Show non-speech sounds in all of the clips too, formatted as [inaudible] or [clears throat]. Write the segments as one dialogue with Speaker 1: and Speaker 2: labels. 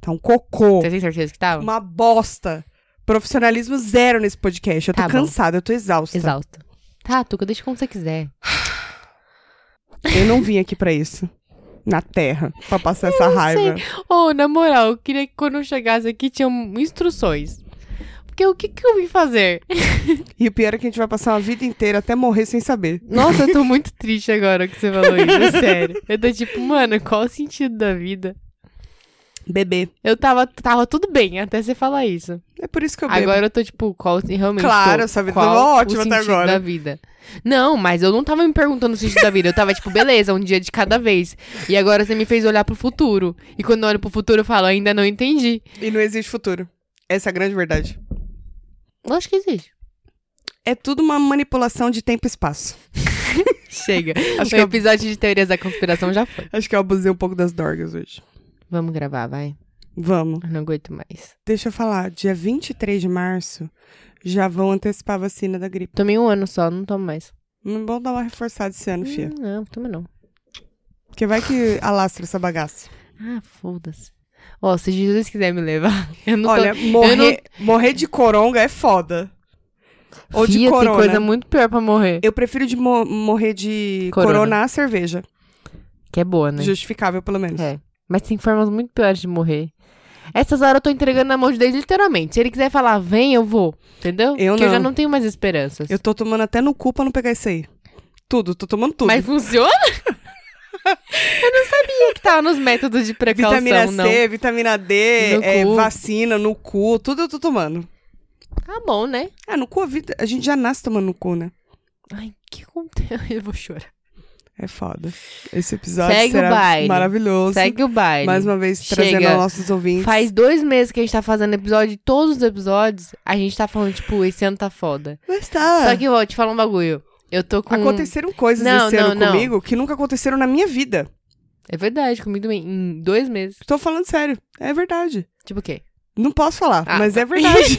Speaker 1: Tá um cocô.
Speaker 2: Você tem certeza que tava?
Speaker 1: Uma bosta. Profissionalismo zero nesse podcast. Eu tô
Speaker 2: Tá bom.
Speaker 1: cansada, eu tô exausta.
Speaker 2: Exausta. Tá, Tuca, deixa como você quiser.
Speaker 1: Eu não vim aqui pra isso. Na terra. Pra passar essa raiva.
Speaker 2: Ô, na moral, eu queria que quando eu chegasse aqui tinham instruções. Porque o que que eu vim fazer?
Speaker 1: E o pior é que a gente vai passar uma vida inteira até morrer sem saber.
Speaker 2: Nossa, eu tô muito triste agora que você falou isso, é sério. Eu tô tipo, mano, qual o sentido da vida?
Speaker 1: Bebê.
Speaker 2: Eu tava, tava tudo bem até você falar isso.
Speaker 1: É por isso que eu bebo.
Speaker 2: Agora eu tô tipo, qual realmente?
Speaker 1: Claro,
Speaker 2: tô,
Speaker 1: essa vida
Speaker 2: qual
Speaker 1: tava ótima
Speaker 2: o
Speaker 1: até
Speaker 2: sentido
Speaker 1: agora.
Speaker 2: da vida. Não, mas eu não tava me perguntando o sentido da vida. Eu tava tipo, beleza, um dia de cada vez. E agora você me fez olhar pro futuro. E quando eu olho pro futuro, eu falo, ainda não entendi.
Speaker 1: E não existe futuro. Essa é a grande verdade.
Speaker 2: Lógico que existe.
Speaker 1: É tudo uma manipulação de tempo e espaço.
Speaker 2: [laughs] Chega.
Speaker 1: Acho que
Speaker 2: o
Speaker 1: eu-
Speaker 2: episódio de teorias da conspiração já foi.
Speaker 1: Acho que eu abusei um pouco das dorgas hoje.
Speaker 2: Vamos gravar, vai.
Speaker 1: Vamos.
Speaker 2: Eu não aguento mais.
Speaker 1: Deixa eu falar. Dia 23 de março já vão antecipar a vacina da gripe.
Speaker 2: Tomei um ano só, não tomo mais.
Speaker 1: Não é bom dar uma reforçada esse ano, fia.
Speaker 2: Hum, não, toma não.
Speaker 1: Porque vai que alastra essa bagaça.
Speaker 2: Ah, foda-se. Ó, se Jesus quiser me levar. [laughs] Eu não
Speaker 1: Olha, morrer, morrer de coronga é foda.
Speaker 2: tô...
Speaker 1: Ou de
Speaker 2: Fia, tem
Speaker 1: corona.
Speaker 2: coisa muito pior pra morrer.
Speaker 1: Eu prefiro de mo- morrer de corona.
Speaker 2: Corona.
Speaker 1: a cerveja.
Speaker 2: Que é boa, né?
Speaker 1: Justificável, pelo menos.
Speaker 2: É. Mas tem formas muito piores de morrer. Essas horas eu tô entregando na mão de Deus, literalmente. Se ele quiser falar, vem, eu vou. Entendeu?
Speaker 1: Eu
Speaker 2: Porque eu já
Speaker 1: não.
Speaker 2: não tenho mais esperanças.
Speaker 1: Eu tô tomando até no cu pra não pegar isso aí. Tudo, tô tomando tudo. [laughs]
Speaker 2: Mas funciona? eu não sabia que tava nos métodos de precaução,
Speaker 1: vitamina
Speaker 2: não.
Speaker 1: C, vitamina D,
Speaker 2: No
Speaker 1: é,
Speaker 2: cu.
Speaker 1: vacina no cu, tudo eu tô tomando.
Speaker 2: Tá bom, né?
Speaker 1: Ah, no cu a, vida, a gente já nasce tomando no cu, né?
Speaker 2: Ai, que aconteceu? [laughs] Eu vou chorar.
Speaker 1: É foda. Esse episódio
Speaker 2: Segue o
Speaker 1: será
Speaker 2: baile.
Speaker 1: maravilhoso.
Speaker 2: Segue o baile.
Speaker 1: Mais uma vez, trazendo
Speaker 2: Chega.
Speaker 1: aos nossos ouvintes.
Speaker 2: Faz dois meses que a gente tá fazendo episódio, e todos os episódios, a gente tá falando, tipo, esse ano tá foda.
Speaker 1: Mas tá.
Speaker 2: Só que eu vou te falar um bagulho. Eu tô com.
Speaker 1: Aconteceram coisas
Speaker 2: Não,
Speaker 1: esse ano
Speaker 2: não, não.
Speaker 1: comigo que nunca aconteceram na minha vida.
Speaker 2: É verdade, comigo também. Em dois meses.
Speaker 1: Tô falando sério. É verdade.
Speaker 2: Tipo o quê?
Speaker 1: Não posso falar,
Speaker 2: Ah,
Speaker 1: mas
Speaker 2: tá.
Speaker 1: é verdade.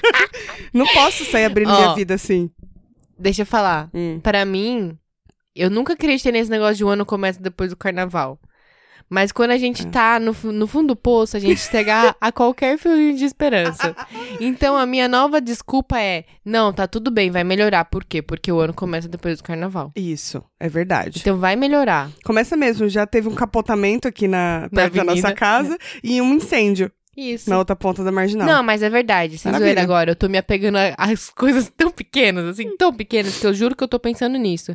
Speaker 1: [laughs] não posso sair abrindo
Speaker 2: Ó.
Speaker 1: minha vida assim.
Speaker 2: Deixa eu falar.
Speaker 1: Hum.
Speaker 2: Pra mim, eu nunca acreditei nesse negócio de um ano começa depois do carnaval. Mas quando a gente tá no, fu- no fundo do poço, a gente chega a qualquer fiozinho de esperança. Então a minha nova desculpa é: não, tá tudo bem, vai melhorar. Por quê? Porque o ano começa depois do carnaval.
Speaker 1: Isso, é verdade.
Speaker 2: Então vai melhorar.
Speaker 1: Começa mesmo, já teve um capotamento aqui na, perto da
Speaker 2: avenida.
Speaker 1: nossa casa e um incêndio
Speaker 2: Isso.
Speaker 1: na outra ponta da marginal.
Speaker 2: Não, mas é verdade. Sem
Speaker 1: Maravilha.
Speaker 2: zoeira agora, eu tô me apegando a- às [laughs] coisas tão pequenas, assim, tão pequenas, que eu juro que eu tô pensando nisso.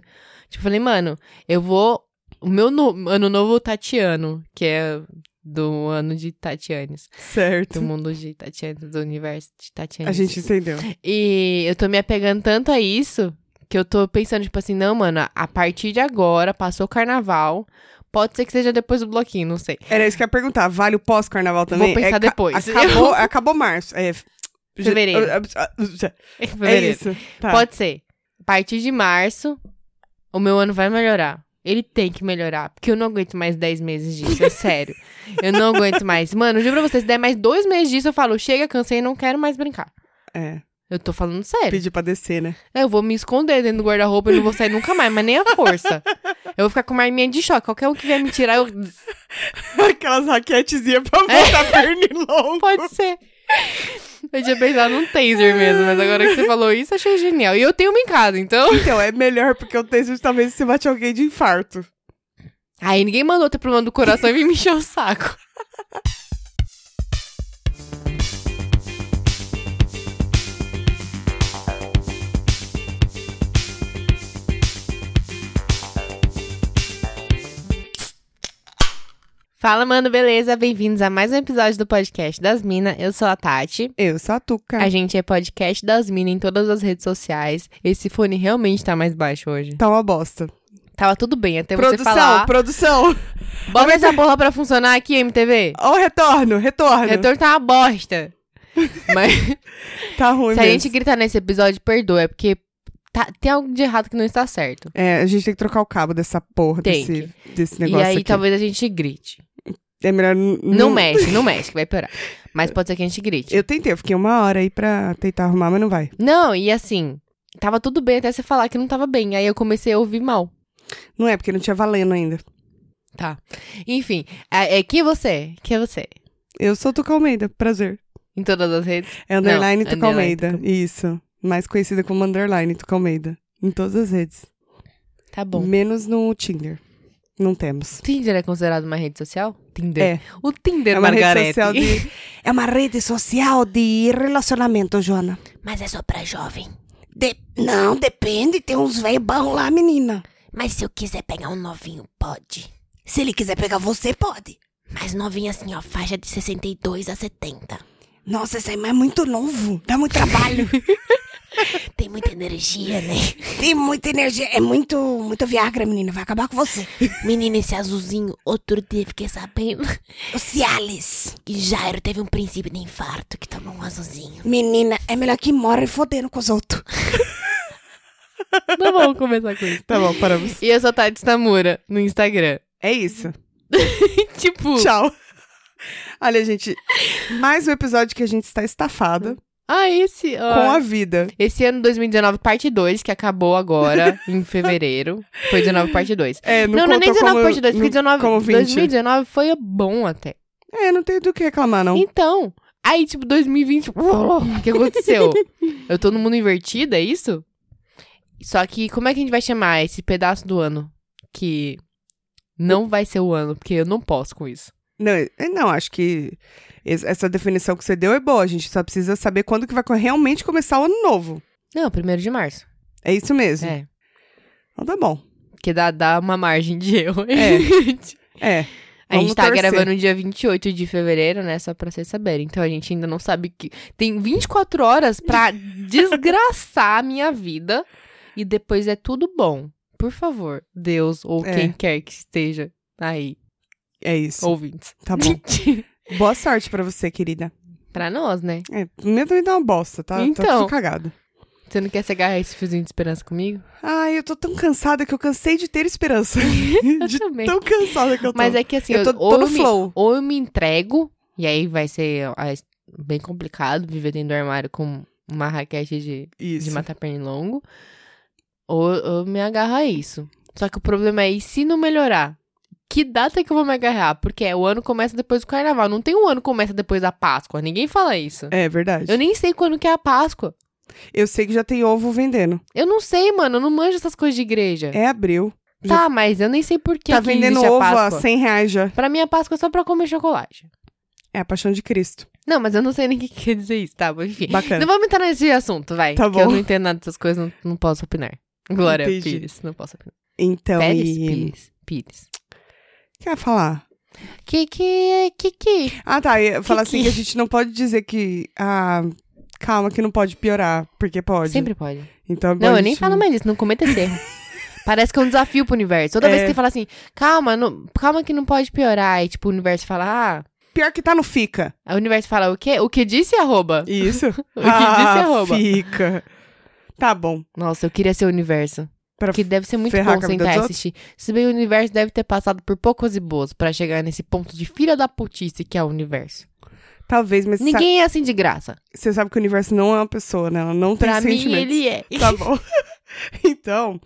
Speaker 2: Tipo, eu falei, mano, eu vou. O meu no- ano novo Tatiano, que é do ano de Tatianes. Do
Speaker 1: Certo.
Speaker 2: mundo de Tatianes, do universo de
Speaker 1: A
Speaker 2: Tatianes.
Speaker 1: gente entendeu.
Speaker 2: E eu tô me apegando tanto a isso que eu tô pensando, tipo assim, não, mano, a partir de agora, passou o carnaval. Pode ser que seja depois do bloquinho, não sei.
Speaker 1: Era isso que eu ia perguntar. Vale o pós-carnaval também? É
Speaker 2: pensar
Speaker 1: ca-
Speaker 2: depois.
Speaker 1: Acabou, acabou março. É,
Speaker 2: Fevereiro. [laughs] Em
Speaker 1: É
Speaker 2: fevereiro.
Speaker 1: isso. Tá.
Speaker 2: Pode ser. A partir de março, o meu ano vai melhorar. Ele tem que melhorar, porque eu não aguento mais 10 meses disso, é sério. Eu não aguento mais. Mano, eu juro pra vocês, se der mais dois meses disso, eu falo, chega, cansei, não quero mais brincar.
Speaker 1: É,
Speaker 2: Eu tô falando sério.
Speaker 1: pedir pra descer, né?
Speaker 2: Eu vou me esconder dentro do guarda-roupa e não vou sair nunca mais, mas nem a força. Eu vou ficar com uma arminha de choque. Qualquer um que vier me tirar, eu...
Speaker 1: [laughs] Aquelas raquetezinhas pra botar [laughs] pernilongo.
Speaker 2: pode ser. Eu tinha pensado num taser mesmo, mas agora que você falou isso, achei genial. E eu tenho uma em casa, então.
Speaker 1: Então, é melhor porque o texto talvez você bate alguém de infarto.
Speaker 2: Aí ninguém mandou ter problema do coração e vem me encher o saco. Fala, mano, beleza? Bem-vindos a mais um episódio do podcast das Minas. Eu sou a Tati.
Speaker 1: Eu sou a Tuca.
Speaker 2: A gente é podcast das Minas em todas as redes sociais. Esse fone realmente tá mais baixo hoje.
Speaker 1: Tá uma bosta.
Speaker 2: Tava tudo bem até você
Speaker 1: produção,
Speaker 2: falar.
Speaker 1: produção.
Speaker 2: Bota essa porra pra funcionar aqui, MTV.
Speaker 1: Ó, o retorno,
Speaker 2: O
Speaker 1: retorno.
Speaker 2: retorno tá
Speaker 1: [laughs]
Speaker 2: uma bosta. Mas
Speaker 1: Tá ruim
Speaker 2: se a
Speaker 1: mesmo.
Speaker 2: gente gritar nesse episódio, perdoa, é porque tá- tem algo de errado que não está certo.
Speaker 1: É, a gente tem que trocar o cabo dessa porra,
Speaker 2: Tem
Speaker 1: desse, desse
Speaker 2: E
Speaker 1: negócio
Speaker 2: aí
Speaker 1: aqui.
Speaker 2: talvez a gente grite.
Speaker 1: É melhor n-
Speaker 2: Não mexe, não mexe, que vai piorar. Mas pode ser que a gente grite.
Speaker 1: Eu tentei, eu fiquei uma hora aí pra tentar arrumar, mas não vai.
Speaker 2: Não, e assim, tava tudo bem até você falar que não tava bem. Aí eu comecei a ouvir mal.
Speaker 1: Não é, porque não tinha valendo ainda.
Speaker 2: Tá. Enfim, é, é, quem é você? Quem é você?
Speaker 1: Eu sou Tuca Almeida, prazer.
Speaker 2: Em todas as redes.
Speaker 1: É underline
Speaker 2: Não,
Speaker 1: Tuca
Speaker 2: underline
Speaker 1: Almeida. Isso. Mais conhecida como underline Tuca Almeida. Em todas as redes.
Speaker 2: Tá bom.
Speaker 1: Menos no Tinder. Não temos.
Speaker 2: Tinder é considerado uma rede social? Tinder.
Speaker 1: É.
Speaker 2: O Tinder,
Speaker 1: É uma rede
Speaker 2: Margarete.
Speaker 1: social de- É uma rede social de relacionamento, Joana.
Speaker 2: Mas é só pra jovem.
Speaker 1: Não, depende. Tem uns velho bom lá, menina.
Speaker 2: Mas se eu quiser pegar um novinho, pode.
Speaker 1: Se ele quiser pegar você, pode.
Speaker 2: Mas novinho assim, ó, faixa de 62 a 70.
Speaker 1: Nossa, esse aí é muito novo. Dá muito
Speaker 2: [laughs]
Speaker 1: trabalho.
Speaker 2: Tem muita energia, né? [laughs]
Speaker 1: Tem muita energia. É muito, muito Viagra, menina. Vai acabar com você.
Speaker 2: Menina, esse azulzinho, outro dia fiquei sabendo
Speaker 1: O Cialis.
Speaker 2: que Jairo teve um príncipe de infarto que tomou um azulzinho.
Speaker 1: Menina, é melhor que morre fodendo com os outros.
Speaker 2: Não vamos começar com isso.
Speaker 1: Tá bom, paramos.
Speaker 2: E eu sou Tati Tamura no Instagram.
Speaker 1: É isso.
Speaker 2: [laughs] tipo,
Speaker 1: Tchau. Olha, gente, mais um episódio que a gente está estafada
Speaker 2: ah, esse. ó.
Speaker 1: com a vida.
Speaker 2: Esse ano 2019, parte 2, que acabou agora,
Speaker 1: [laughs]
Speaker 2: em fevereiro. Foi 19, parte 2.
Speaker 1: É,
Speaker 2: Não, não é nem
Speaker 1: contou
Speaker 2: 19,
Speaker 1: como-
Speaker 2: parte 2, porque
Speaker 1: não-
Speaker 2: 19,
Speaker 1: como 20.
Speaker 2: 2019 foi bom até.
Speaker 1: É, não tem do que reclamar, não.
Speaker 2: Então, aí, tipo, 2020, [laughs] o que aconteceu? Eu tô no mundo invertido, é isso? Só que, como é que a gente vai chamar esse pedaço do ano? Que não vai ser o ano, porque eu não posso com isso.
Speaker 1: Não, é- não, acho que es- essa definição que você deu é boa. A gente só precisa saber quando que vai co- realmente começar o ano novo.
Speaker 2: Não, primeiro de março.
Speaker 1: É isso mesmo.
Speaker 2: É.
Speaker 1: Então tá bom.
Speaker 2: Porque dá, dá uma margem de erro. [laughs]
Speaker 1: É. É.
Speaker 2: A gente
Speaker 1: Vamos
Speaker 2: tá
Speaker 1: torcer.
Speaker 2: gravando dia 28 de fevereiro, né? Só pra vocês saberem. Então a gente ainda não sabe que. Tem 24
Speaker 1: [laughs]
Speaker 2: horas pra desgraçar a minha vida. E depois é tudo bom. Por favor, Deus ou
Speaker 1: É.
Speaker 2: quem quer que esteja aí,
Speaker 1: É isso.
Speaker 2: ouvintes.
Speaker 1: Tá
Speaker 2: [laughs]
Speaker 1: bom. boa sorte pra você, querida.
Speaker 2: pra nós, né?
Speaker 1: É, primeiro também dá uma bosta, tá? Tá
Speaker 2: Então.
Speaker 1: tudo cagado.
Speaker 2: Você não quer se agarrar esse fiozinho de esperança comigo?
Speaker 1: Ai, eu tô tão cansada que eu cansei de ter esperança.
Speaker 2: [laughs]
Speaker 1: [laughs]
Speaker 2: Eu
Speaker 1: de
Speaker 2: também.
Speaker 1: tão cansada que eu tô.
Speaker 2: Mas é que assim,
Speaker 1: eu tô,
Speaker 2: ou,
Speaker 1: tô no
Speaker 2: me,
Speaker 1: flow.
Speaker 2: ou eu me entrego, e aí vai ser ah, bem complicado viver dentro do armário com uma raquete de
Speaker 1: Isso.
Speaker 2: de matar pernilongo, ou eu me agarro a isso. Só que o problema é, e se não melhorar? Que data que eu vou me agarrar? Porque é, o ano começa depois do carnaval. Não tem um ano que começa depois da Páscoa. Ninguém fala isso.
Speaker 1: É verdade.
Speaker 2: Eu
Speaker 1: Eu,
Speaker 2: nem sei quando que é a Páscoa.
Speaker 1: sei que já tem ovo vendendo.
Speaker 2: Eu não sei, mano. Eu não manjo essas coisas de igreja.
Speaker 1: É abril. já-
Speaker 2: Tá, mas eu nem sei por que
Speaker 1: tá
Speaker 2: é que
Speaker 1: vendendo
Speaker 2: existe a
Speaker 1: ovo assim. a
Speaker 2: Páscoa.
Speaker 1: 100 reais já.
Speaker 2: Pra mim, a Páscoa é só pra comer chocolate.
Speaker 1: É a paixão de Cristo.
Speaker 2: Não, mas eu não sei nem o que quer dizer isso. Tá, mas enfim.
Speaker 1: Bacana.
Speaker 2: Não vamos entrar nesse assunto, vai.
Speaker 1: É. Tá
Speaker 2: que eu
Speaker 1: bom.
Speaker 2: não entendo nada dessas coisas, não, não posso opinar. Glória
Speaker 1: Entendi.
Speaker 2: Pires, não posso opinar.
Speaker 1: Então,
Speaker 2: Pérez,
Speaker 1: e...
Speaker 2: Pires, Pires.
Speaker 1: Quer falar?
Speaker 2: Que que que que?
Speaker 1: Ah, tá. Eu ia falar assim
Speaker 2: que-
Speaker 1: que a gente não pode dizer que... Ah, calma que não pode piorar, porque pode.
Speaker 2: Sempre pode.
Speaker 1: Então,
Speaker 2: Não,
Speaker 1: a
Speaker 2: eu nem
Speaker 1: gente-
Speaker 2: falo mais isso, não cometa
Speaker 1: [laughs]
Speaker 2: esse erro. Parece que é um desafio pro universo. Toda vez
Speaker 1: É.
Speaker 2: que você fala assim, calma, não- calma que não pode piorar. E tipo, o universo fala, ah.
Speaker 1: Pior que tá no fica.
Speaker 2: Aí O universo fala o quê? O que disse arroba? [laughs]
Speaker 1: Isso. o que
Speaker 2: disse é arroba.
Speaker 1: fica. Tá bom.
Speaker 2: Nossa, eu queria ser o universo.
Speaker 1: Pra
Speaker 2: Que deve ser muito
Speaker 1: ferrar
Speaker 2: bom
Speaker 1: com a vida
Speaker 2: sentar e
Speaker 1: dos
Speaker 2: assistir. Se bem que o universo deve ter passado por poucas e boas pra chegar nesse ponto de filha da putice que é o universo.
Speaker 1: Talvez, mas sa-
Speaker 2: Ninguém é assim de graça.
Speaker 1: você sabe que o universo não é uma pessoa, né? Ela não tem
Speaker 2: Pra mim,
Speaker 1: sentimentos.
Speaker 2: ele é.
Speaker 1: Tá bom. [laughs] Então,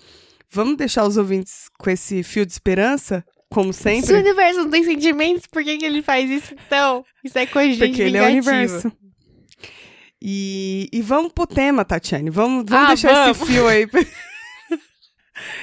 Speaker 1: vamos deixar os ouvintes com esse fio de esperança, como
Speaker 2: Se o
Speaker 1: sempre,
Speaker 2: universo não tem sentimentos, por que, que ele faz isso então? Isso é coisa de gente
Speaker 1: porque ele é o
Speaker 2: vingativa.
Speaker 1: universo. E, e vamos pro tema, Tatiane. Vamos, vamos
Speaker 2: Ah,
Speaker 1: deixar
Speaker 2: vamos.
Speaker 1: esse fio
Speaker 2: [laughs]
Speaker 1: aí pra-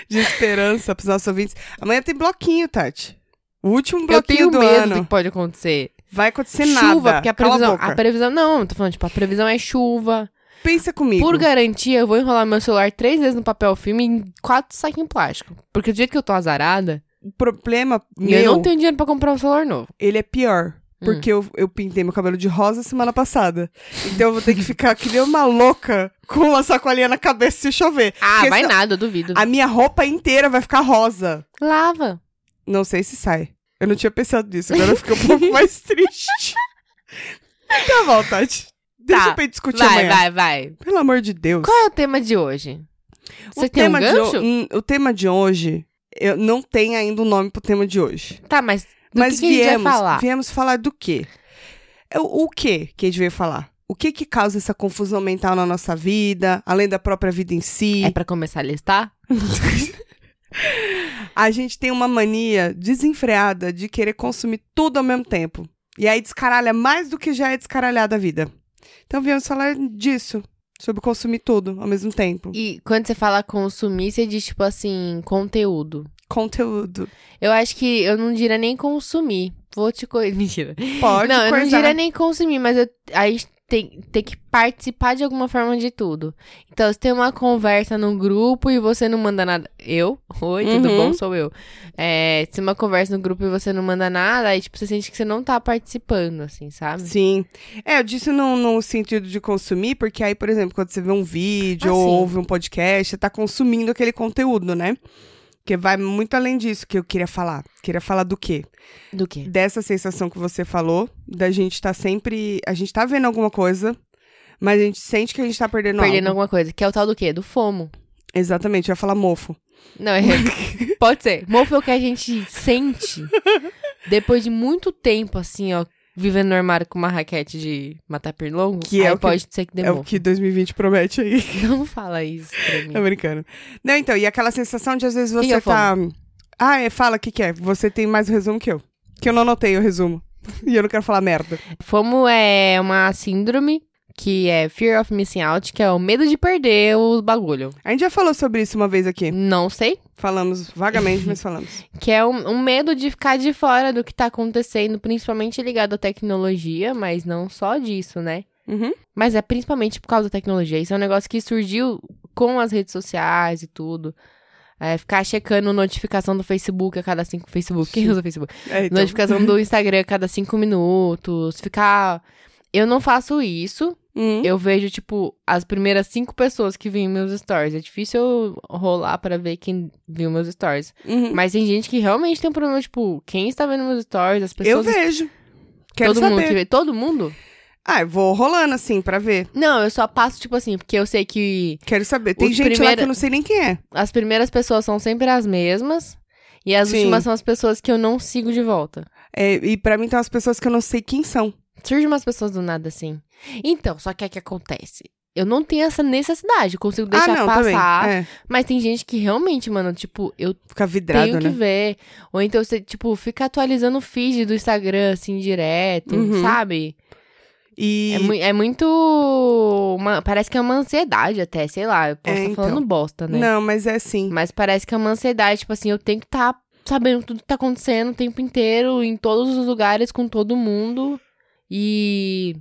Speaker 1: de esperança pros nossos ouvintes. Amanhã tem bloquinho, Tati. O último
Speaker 2: Eu
Speaker 1: bloquinho
Speaker 2: tenho
Speaker 1: do
Speaker 2: Um medo
Speaker 1: ano.
Speaker 2: do que pode acontecer.
Speaker 1: Vai acontecer
Speaker 2: Chuva,
Speaker 1: nada.
Speaker 2: porque a
Speaker 1: Cala
Speaker 2: previsão.
Speaker 1: boca.
Speaker 2: A previsão. Não, eu tô falando, tipo, a previsão é chuva.
Speaker 1: Pensa comigo.
Speaker 2: Por garantia, eu vou enrolar meu celular três vezes no papel filme em quatro saquinhos plástico. Porque do jeito que eu tô azarada,
Speaker 1: O problema
Speaker 2: eu
Speaker 1: meu,
Speaker 2: não tenho dinheiro pra comprar um celular novo.
Speaker 1: ele é pior.
Speaker 2: Hum.
Speaker 1: Porque eu, eu pintei meu cabelo de rosa semana passada. Então eu vou ter que ficar que nem uma louca com uma sacolinha na cabeça se
Speaker 2: [laughs]
Speaker 1: chover.
Speaker 2: Ah,
Speaker 1: Porque
Speaker 2: vai
Speaker 1: senão-
Speaker 2: nada, eu duvido.
Speaker 1: A minha roupa inteira vai ficar rosa.
Speaker 2: Lava.
Speaker 1: Não sei se sai. Eu não tinha pensado nisso. Agora eu fiquei um
Speaker 2: [laughs]
Speaker 1: pouco mais triste. Tá bom, Tati. Deixa
Speaker 2: Tá.
Speaker 1: pra gente discutir
Speaker 2: Vai,
Speaker 1: amanhã.
Speaker 2: vai, vai.
Speaker 1: Pelo amor de Deus.
Speaker 2: Qual é o tema de hoje? Você
Speaker 1: o
Speaker 2: tem um
Speaker 1: tema de ho-
Speaker 2: gancho?
Speaker 1: hum, o tema de hoje... Eu não tem ainda um nome pro tema de hoje.
Speaker 2: Tá, mas. Do
Speaker 1: Mas
Speaker 2: que que a gente
Speaker 1: viemos,
Speaker 2: vai falar?
Speaker 1: viemos falar do quê? É O, o quê que a gente veio falar? O que que causa essa confusão mental na nossa vida, além da própria vida em si?
Speaker 2: É pra começar a listar?
Speaker 1: A gente tem uma mania desenfreada de querer consumir tudo ao mesmo tempo. E aí descaralha mais do que já é descaralhada a vida. Então viemos falar disso. Sobre consumir tudo ao mesmo tempo.
Speaker 2: E quando você fala consumir, você diz, tipo assim, conteúdo.
Speaker 1: Conteúdo.
Speaker 2: Eu acho que eu não diria nem consumir. Vou te. Co... [laughs] Mentira.
Speaker 1: Pode né?
Speaker 2: não, eu não
Speaker 1: coisar.
Speaker 2: diria nem consumir, mas eu, aí tem, tem que participar de alguma forma de tudo. Então, se tem uma conversa no grupo e você não manda nada. Eu? Oi, tudo
Speaker 1: Uhum.
Speaker 2: bom? Sou eu. É, se tem uma conversa no grupo e você não manda nada, aí, tipo, você sente que você não tá participando, assim, sabe?
Speaker 1: Sim. É, eu disse no, no sentido de consumir, porque aí, por exemplo, quando você vê um vídeo
Speaker 2: Ah,
Speaker 1: ou
Speaker 2: sim.
Speaker 1: ouve um podcast, você tá consumindo aquele conteúdo, né? Que vai muito além disso que eu queria falar. Queria falar do quê?
Speaker 2: Do quê?
Speaker 1: Dessa sensação que você falou, da gente tá sempre. A gente tá vendo alguma coisa, mas a gente sente que a gente tá perdendo,
Speaker 2: Perdendo
Speaker 1: algo.
Speaker 2: alguma coisa. Que é o tal do quê? Do fomo.
Speaker 1: Exatamente, eu ia falar mofo.
Speaker 2: Não, é. [laughs] Pode ser. Mofo é o que a gente sente depois de muito tempo, assim, ó, vivendo no armário com uma raquete de matar pernilongo.
Speaker 1: Que é
Speaker 2: aí
Speaker 1: o que-
Speaker 2: pode ser que dê
Speaker 1: É o
Speaker 2: mofo.
Speaker 1: que 2020 promete aí. [laughs]
Speaker 2: [laughs] Não fala isso pra mim.
Speaker 1: É americano. Não, então, e aquela sensação de às vezes
Speaker 2: que
Speaker 1: você
Speaker 2: é
Speaker 1: tá. Ah, é, fala o que, que é. Você tem mais o resumo que eu. Que eu não anotei o resumo. [laughs] E eu não quero falar merda.
Speaker 2: FOMO é uma síndrome que é Fear of Missing Out, que é o medo de perder o bagulho.
Speaker 1: A gente já falou sobre isso uma vez aqui.
Speaker 2: Não sei.
Speaker 1: Falamos vagamente, mas falamos.
Speaker 2: Que é um, um medo de ficar de fora do que tá acontecendo, principalmente ligado à tecnologia, mas não só disso, né?
Speaker 1: Uhum.
Speaker 2: Mas é principalmente por causa da tecnologia. Isso é um negócio que surgiu com as redes sociais e tudo. É, ficar checando notificação do Facebook a cada cinco... Facebook? Quem usa Facebook?
Speaker 1: É, então,
Speaker 2: Notificação do Instagram a cada cinco minutos. Ficar... Eu não faço isso.
Speaker 1: Uhum.
Speaker 2: Eu vejo, tipo, as primeiras cinco pessoas que viram meus stories. É difícil eu rolar pra ver quem viu meus stories.
Speaker 1: Uhum.
Speaker 2: Mas tem gente que realmente tem um problema, tipo, quem está vendo meus stories, as
Speaker 1: Eu
Speaker 2: pessoas...
Speaker 1: vejo. Quero
Speaker 2: todo
Speaker 1: saber.
Speaker 2: mundo que vê. Todo mundo?
Speaker 1: Ah, eu vou rolando assim pra ver.
Speaker 2: Não, eu só passo, tipo assim, porque eu sei que
Speaker 1: Quero saber. Tem
Speaker 2: Os
Speaker 1: gente lá
Speaker 2: primeira-
Speaker 1: que eu não sei nem quem é.
Speaker 2: as primeiras pessoas são sempre as mesmas. E as
Speaker 1: Sim.
Speaker 2: últimas são as pessoas que eu não sigo de volta.
Speaker 1: É, e pra mim tem umas pessoas que eu não sei quem são.
Speaker 2: Surgem umas pessoas do nada assim. Então, só que é que acontece. Eu não tenho essa necessidade, eu consigo deixar
Speaker 1: ah, não,
Speaker 2: passar.
Speaker 1: também. É,
Speaker 2: Mas tem gente que realmente, mano, tipo, eu
Speaker 1: fica vidrado,
Speaker 2: tenho que
Speaker 1: né?
Speaker 2: ver. Ou então você, tipo, fica atualizando o feed do Instagram, assim, direto,
Speaker 1: Uhum.
Speaker 2: sabe?
Speaker 1: E
Speaker 2: É, mui- é muito. uma- parece que é uma ansiedade até, sei lá. Eu posso
Speaker 1: É,
Speaker 2: estar falando
Speaker 1: então.
Speaker 2: bosta, né?
Speaker 1: Não, mas é assim.
Speaker 2: Mas parece que é uma ansiedade, tipo assim, eu tenho que estar sabendo tudo que tá acontecendo o tempo inteiro, em todos os lugares, com todo mundo. E.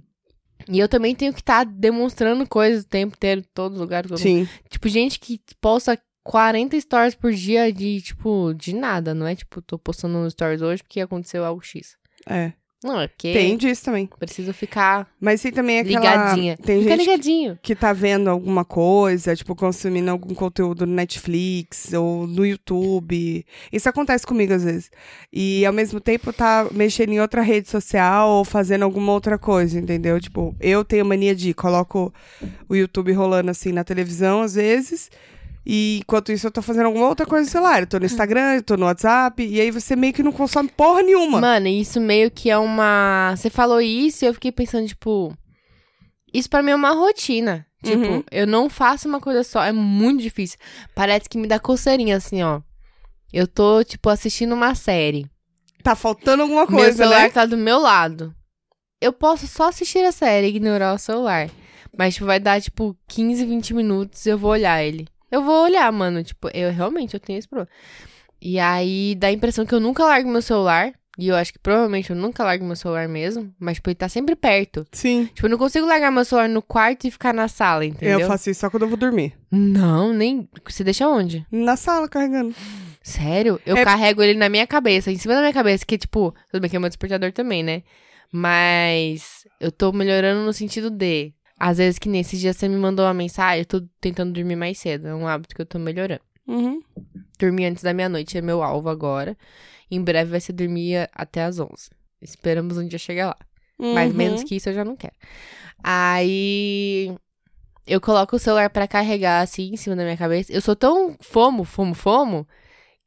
Speaker 2: E eu também tenho que estar demonstrando coisas o tempo inteiro, em todos os lugares. todo mundo.
Speaker 1: Sim.
Speaker 2: Tipo, gente que posta 40 stories por dia de, tipo, de nada, não é? Tipo, tô postando um stories hoje porque aconteceu algo X.
Speaker 1: É.
Speaker 2: Não, é porque
Speaker 1: Tem disso também.
Speaker 2: preciso ficar
Speaker 1: Mas tem também aquela...
Speaker 2: ligadinha.
Speaker 1: Tem
Speaker 2: Fica
Speaker 1: gente
Speaker 2: ligadinho.
Speaker 1: que tá vendo alguma coisa, tipo, consumindo algum conteúdo no Netflix ou no YouTube. Isso acontece comigo às vezes. E ao mesmo tempo tá mexendo em outra rede social ou fazendo alguma outra coisa, entendeu? Tipo, eu tenho mania de coloco o YouTube rolando assim na televisão às vezes. E enquanto isso eu tô fazendo alguma outra coisa, sei lá, eu tô
Speaker 2: Hum.
Speaker 1: no Instagram, eu tô no WhatsApp, e aí você meio que não consome porra nenhuma.
Speaker 2: Mano, isso meio que é uma. Você falou isso e eu fiquei pensando, tipo. Isso pra mim é uma rotina. Tipo,
Speaker 1: Uhum.
Speaker 2: eu não faço uma coisa só. É muito difícil. Parece que me dá coceirinha, assim, ó. Eu tô, tipo, assistindo uma série.
Speaker 1: Tá faltando alguma
Speaker 2: Meu
Speaker 1: coisa,
Speaker 2: celular
Speaker 1: né?
Speaker 2: tá do meu lado. Eu posso só assistir a série e ignorar o celular. Mas, tipo, vai dar, tipo, 15, 20 minutos e eu vou olhar ele. Eu vou olhar, mano. Tipo, eu realmente eu tenho esse problema. E aí dá a impressão que eu nunca largo meu celular. E eu acho que provavelmente eu nunca largo meu celular mesmo. Mas, tipo, ele tá sempre perto.
Speaker 1: Sim.
Speaker 2: Tipo, eu não consigo largar meu celular no quarto e ficar na sala, entendeu?
Speaker 1: Eu faço isso só quando eu vou dormir.
Speaker 2: Não, nem. Você deixa onde?
Speaker 1: Na sala carregando.
Speaker 2: Sério? Eu
Speaker 1: É-
Speaker 2: carrego ele na minha cabeça, em cima da minha cabeça, que tipo, tudo bem que é meu despertador também, né? Mas eu tô melhorando no sentido de. Às vezes que nesses dias você me mandou uma mensagem, eu tô tentando dormir mais cedo. É um hábito que eu tô melhorando.
Speaker 1: Uhum.
Speaker 2: Dormir antes da meia-noite é meu alvo agora. Em breve vai ser dormir a- até às 11. Esperamos um dia chegar lá.
Speaker 1: Uhum.
Speaker 2: Mas menos que isso eu já não quero. Aí eu coloco o celular pra carregar assim em cima da minha cabeça. Eu sou tão fomo, fomo, fomo,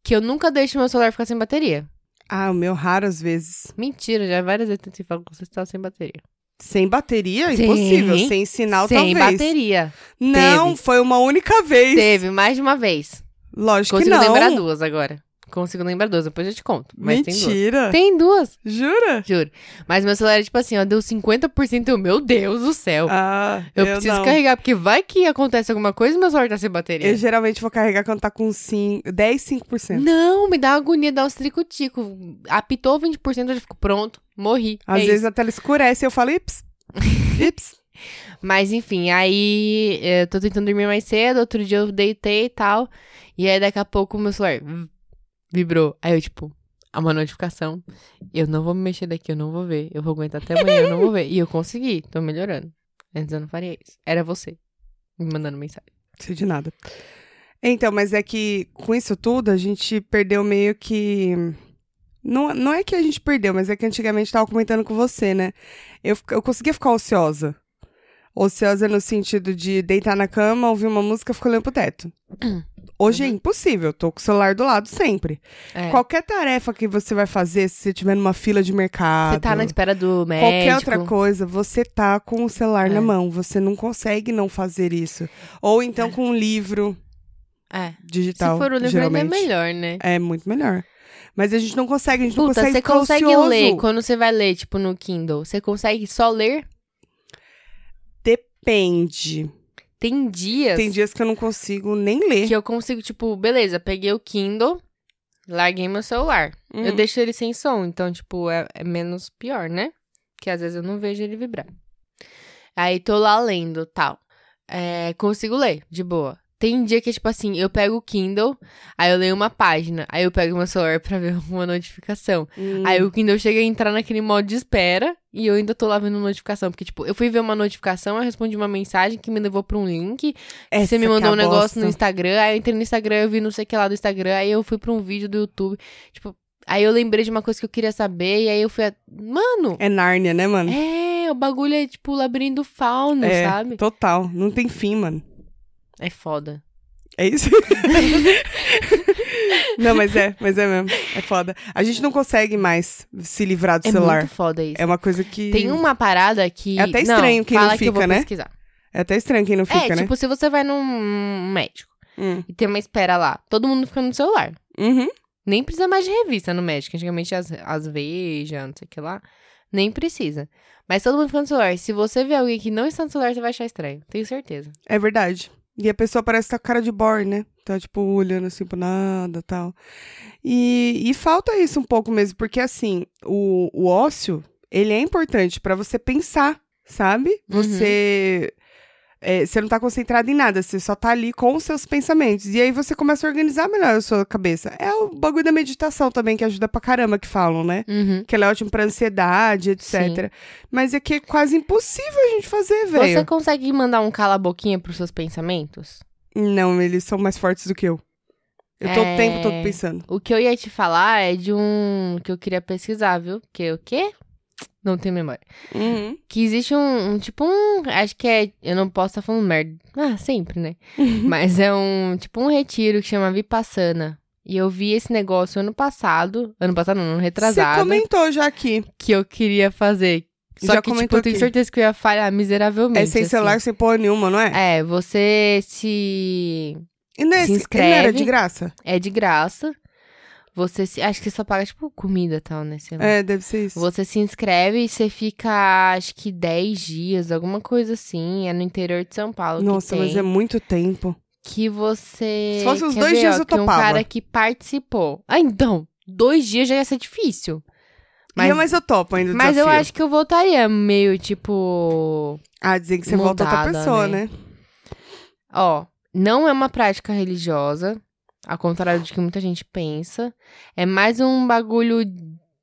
Speaker 2: que eu nunca deixo meu celular ficar sem bateria.
Speaker 1: Ah, o meu raro às vezes.
Speaker 2: Mentira, já várias vezes eu tentei falar com você está sem bateria.
Speaker 1: Sem bateria,
Speaker 2: Sim.
Speaker 1: impossível. Sem sinal,
Speaker 2: sem
Speaker 1: talvez.
Speaker 2: bateria.
Speaker 1: Não, foi uma única vez.
Speaker 2: Teve mais de uma vez.
Speaker 1: Lógico que
Speaker 2: Consigo
Speaker 1: não.
Speaker 2: lembrar duas agora. Consigo lembrar duas, depois eu te conto. Mas tem
Speaker 1: Mentira!
Speaker 2: duas. Tem duas,
Speaker 1: Jura?
Speaker 2: juro. Mas meu celular é tipo assim, ó, deu 50%, eu, meu Deus do céu.
Speaker 1: Ah,
Speaker 2: eu, preciso
Speaker 1: não.
Speaker 2: carregar, porque vai que acontece alguma coisa e meu celular tá sem bateria.
Speaker 1: Eu geralmente vou carregar quando tá com 5, 10, 5%.
Speaker 2: Não, me dá agonia, dá os trico-tico. Apitou 20%, eu já fico pronto, morri.
Speaker 1: Às
Speaker 2: É
Speaker 1: vezes a tela escurece e eu falo,
Speaker 2: [laughs]
Speaker 1: ips, ips.
Speaker 2: Mas enfim, aí eh, eu tô tentando dormir mais cedo, outro dia eu deitei e tal. E aí daqui a pouco o meu celular v- vibrou. Aí eu, tipo, há uma notificação. Eu não vou me mexer daqui, eu não vou ver. Eu vou aguentar até amanhã, eu não vou ver. E eu consegui, tô melhorando. Antes eu não faria isso. Era você me mandando mensagem.
Speaker 1: Não sei de nada. Então, mas é que com isso tudo, a gente perdeu meio que. Não, não é que a gente perdeu, mas é que antigamente eu tava comentando com você, né? Eu, fica- eu conseguia ficar ociosa. Ociosa no sentido de deitar na cama, ouvir uma música e ficar olhando pro
Speaker 2: [clears throat]
Speaker 1: teto. Hoje é impossível, eu tô com o celular do lado sempre.
Speaker 2: Uhum. É.
Speaker 1: Qualquer tarefa que você vai fazer, se você estiver numa fila de mercado.
Speaker 2: Você tá na espera do médico.
Speaker 1: Qualquer outra coisa, você tá com o celular
Speaker 2: É.
Speaker 1: na mão, você não consegue não fazer isso. Ou então com um livro
Speaker 2: É.
Speaker 1: digital.
Speaker 2: Se for o livro, ainda é
Speaker 1: geralmente.
Speaker 2: melhor, né?
Speaker 1: É muito melhor. Mas a gente não consegue, a gente não
Speaker 2: Puta,
Speaker 1: consegue
Speaker 2: você
Speaker 1: ficar
Speaker 2: consegue
Speaker 1: ocioso.
Speaker 2: ler quando você vai ler, tipo, no Kindle. Você consegue só ler?
Speaker 1: Depende.
Speaker 2: Tem dias.
Speaker 1: Tem dias que eu não consigo nem ler.
Speaker 2: Que eu consigo, tipo, beleza, peguei o Kindle, larguei meu celular.
Speaker 1: Hum.
Speaker 2: Eu deixo ele sem som, então, tipo, é, é menos pior, né? Que às vezes eu não vejo ele vibrar. Aí tô lá lendo tal. É, consigo ler, de boa. Tem dia que, tipo assim, eu pego o Kindle, aí eu leio uma página, aí eu pego meu celular pra ver [laughs] uma notificação.
Speaker 1: Hum.
Speaker 2: Aí o Kindle chega a entrar naquele modo de espera e eu ainda tô lá vendo notificação. Porque, tipo, eu fui ver uma notificação, eu respondi uma mensagem que me levou pra um link,
Speaker 1: Essa
Speaker 2: você me
Speaker 1: que é
Speaker 2: mandou
Speaker 1: a
Speaker 2: um negócio
Speaker 1: bosta.
Speaker 2: no Instagram, aí eu entrei no Instagram, eu vi não sei o que lá do Instagram, aí eu fui pra um vídeo do YouTube. Tipo, aí eu lembrei de uma coisa que eu queria saber, e aí eu fui. A... Mano!
Speaker 1: É Nárnia, né, mano?
Speaker 2: É, o bagulho é tipo o labirinto do fauno,
Speaker 1: É,
Speaker 2: sabe?
Speaker 1: Total. Não tem fim, mano.
Speaker 2: É foda.
Speaker 1: É
Speaker 2: [laughs]
Speaker 1: isso? não, mas é, mas é mesmo. É foda. A gente não consegue mais se livrar do
Speaker 2: É
Speaker 1: celular.
Speaker 2: muito foda isso.
Speaker 1: É uma coisa que.
Speaker 2: Tem um uma parada que.
Speaker 1: É até estranho quem não
Speaker 2: fala que eu vou
Speaker 1: fica, né?
Speaker 2: pesquisar.
Speaker 1: É até estranho quem não fica,
Speaker 2: é,
Speaker 1: né?
Speaker 2: tipo, se você vai num médico
Speaker 1: Hum.
Speaker 2: e tem uma espera lá, todo mundo fica no celular.
Speaker 1: Uhum.
Speaker 2: Nem precisa mais de revista no médico. Antigamente as, as Veja, não sei o que lá. Nem precisa. Mas todo mundo fica no celular. Se você vê alguém que não está no celular, você vai achar estranho. Tenho certeza.
Speaker 1: É verdade. E a pessoa parece estar tá com cara de boy, né? Tá, tipo, olhando assim pro nada tal. E, e falta isso um pouco mesmo, porque assim, o, o ócio, ele é importante pra você pensar, sabe? Você. é, você não tá concentrado em nada, você só tá ali com os seus pensamentos. E aí você começa a organizar melhor a sua cabeça. É o bagulho da meditação também, que ajuda pra caramba, que falam, né?
Speaker 2: Uhum.
Speaker 1: Que ela é ótima pra ansiedade, etc.
Speaker 2: Sim.
Speaker 1: Mas é que é quase impossível a gente fazer, velho.
Speaker 2: Você consegue mandar um cala-boquinha pros seus pensamentos?
Speaker 1: Não, eles são mais fortes do que eu. Eu tô
Speaker 2: É.
Speaker 1: o tempo todo pensando.
Speaker 2: O que eu ia te falar é de um que eu queria pesquisar, viu? Que o quê? Não tenho memória.
Speaker 1: Uhum.
Speaker 2: Que existe um, um tipo um. Acho que é. Eu não posso estar falando merda. Ah, sempre, né? Mas é um tipo um retiro que chama Vipassana. E eu vi esse negócio ano passado. Ano passado, não, ano
Speaker 1: Você
Speaker 2: retrasado.
Speaker 1: comentou já aqui. é
Speaker 2: Que eu queria fazer. Só
Speaker 1: Já
Speaker 2: que, tipo,
Speaker 1: comentou
Speaker 2: eu tenho
Speaker 1: aqui.
Speaker 2: certeza que eu ia falhar miseravelmente.
Speaker 1: É sem
Speaker 2: assim.
Speaker 1: celular, sem porra nenhuma, não é?
Speaker 2: É, você se.
Speaker 1: E não, é
Speaker 2: Se
Speaker 1: esse- e não era
Speaker 2: inscreve.
Speaker 1: de graça?
Speaker 2: É de graça. Você se. Acho que você só paga, tipo, comida e tal, né? Sei lá.
Speaker 1: É, deve ser isso.
Speaker 2: Você se inscreve e você fica, acho que 10 dias, alguma coisa assim. É no interior de São Paulo. que
Speaker 1: Nossa, mas
Speaker 2: tem.
Speaker 1: é muito tempo.
Speaker 2: que você.
Speaker 1: Se fosse uns
Speaker 2: quer
Speaker 1: dois
Speaker 2: ver,
Speaker 1: dias
Speaker 2: ó,
Speaker 1: eu
Speaker 2: que um
Speaker 1: topava.
Speaker 2: cara que participou. Ah, então. Dois dias já ia ser difícil.
Speaker 1: Mas,
Speaker 2: Mas,
Speaker 1: não, mas eu topo ainda é o
Speaker 2: mas eu
Speaker 1: desafio.
Speaker 2: acho que eu voltaria meio tipo.
Speaker 1: Ah, dizem que você volta outra
Speaker 2: Moldada,
Speaker 1: pessoa,
Speaker 2: né?
Speaker 1: né?
Speaker 2: Ó, não é uma prática religiosa. Ao contrário do que muita gente pensa. É mais um bagulho,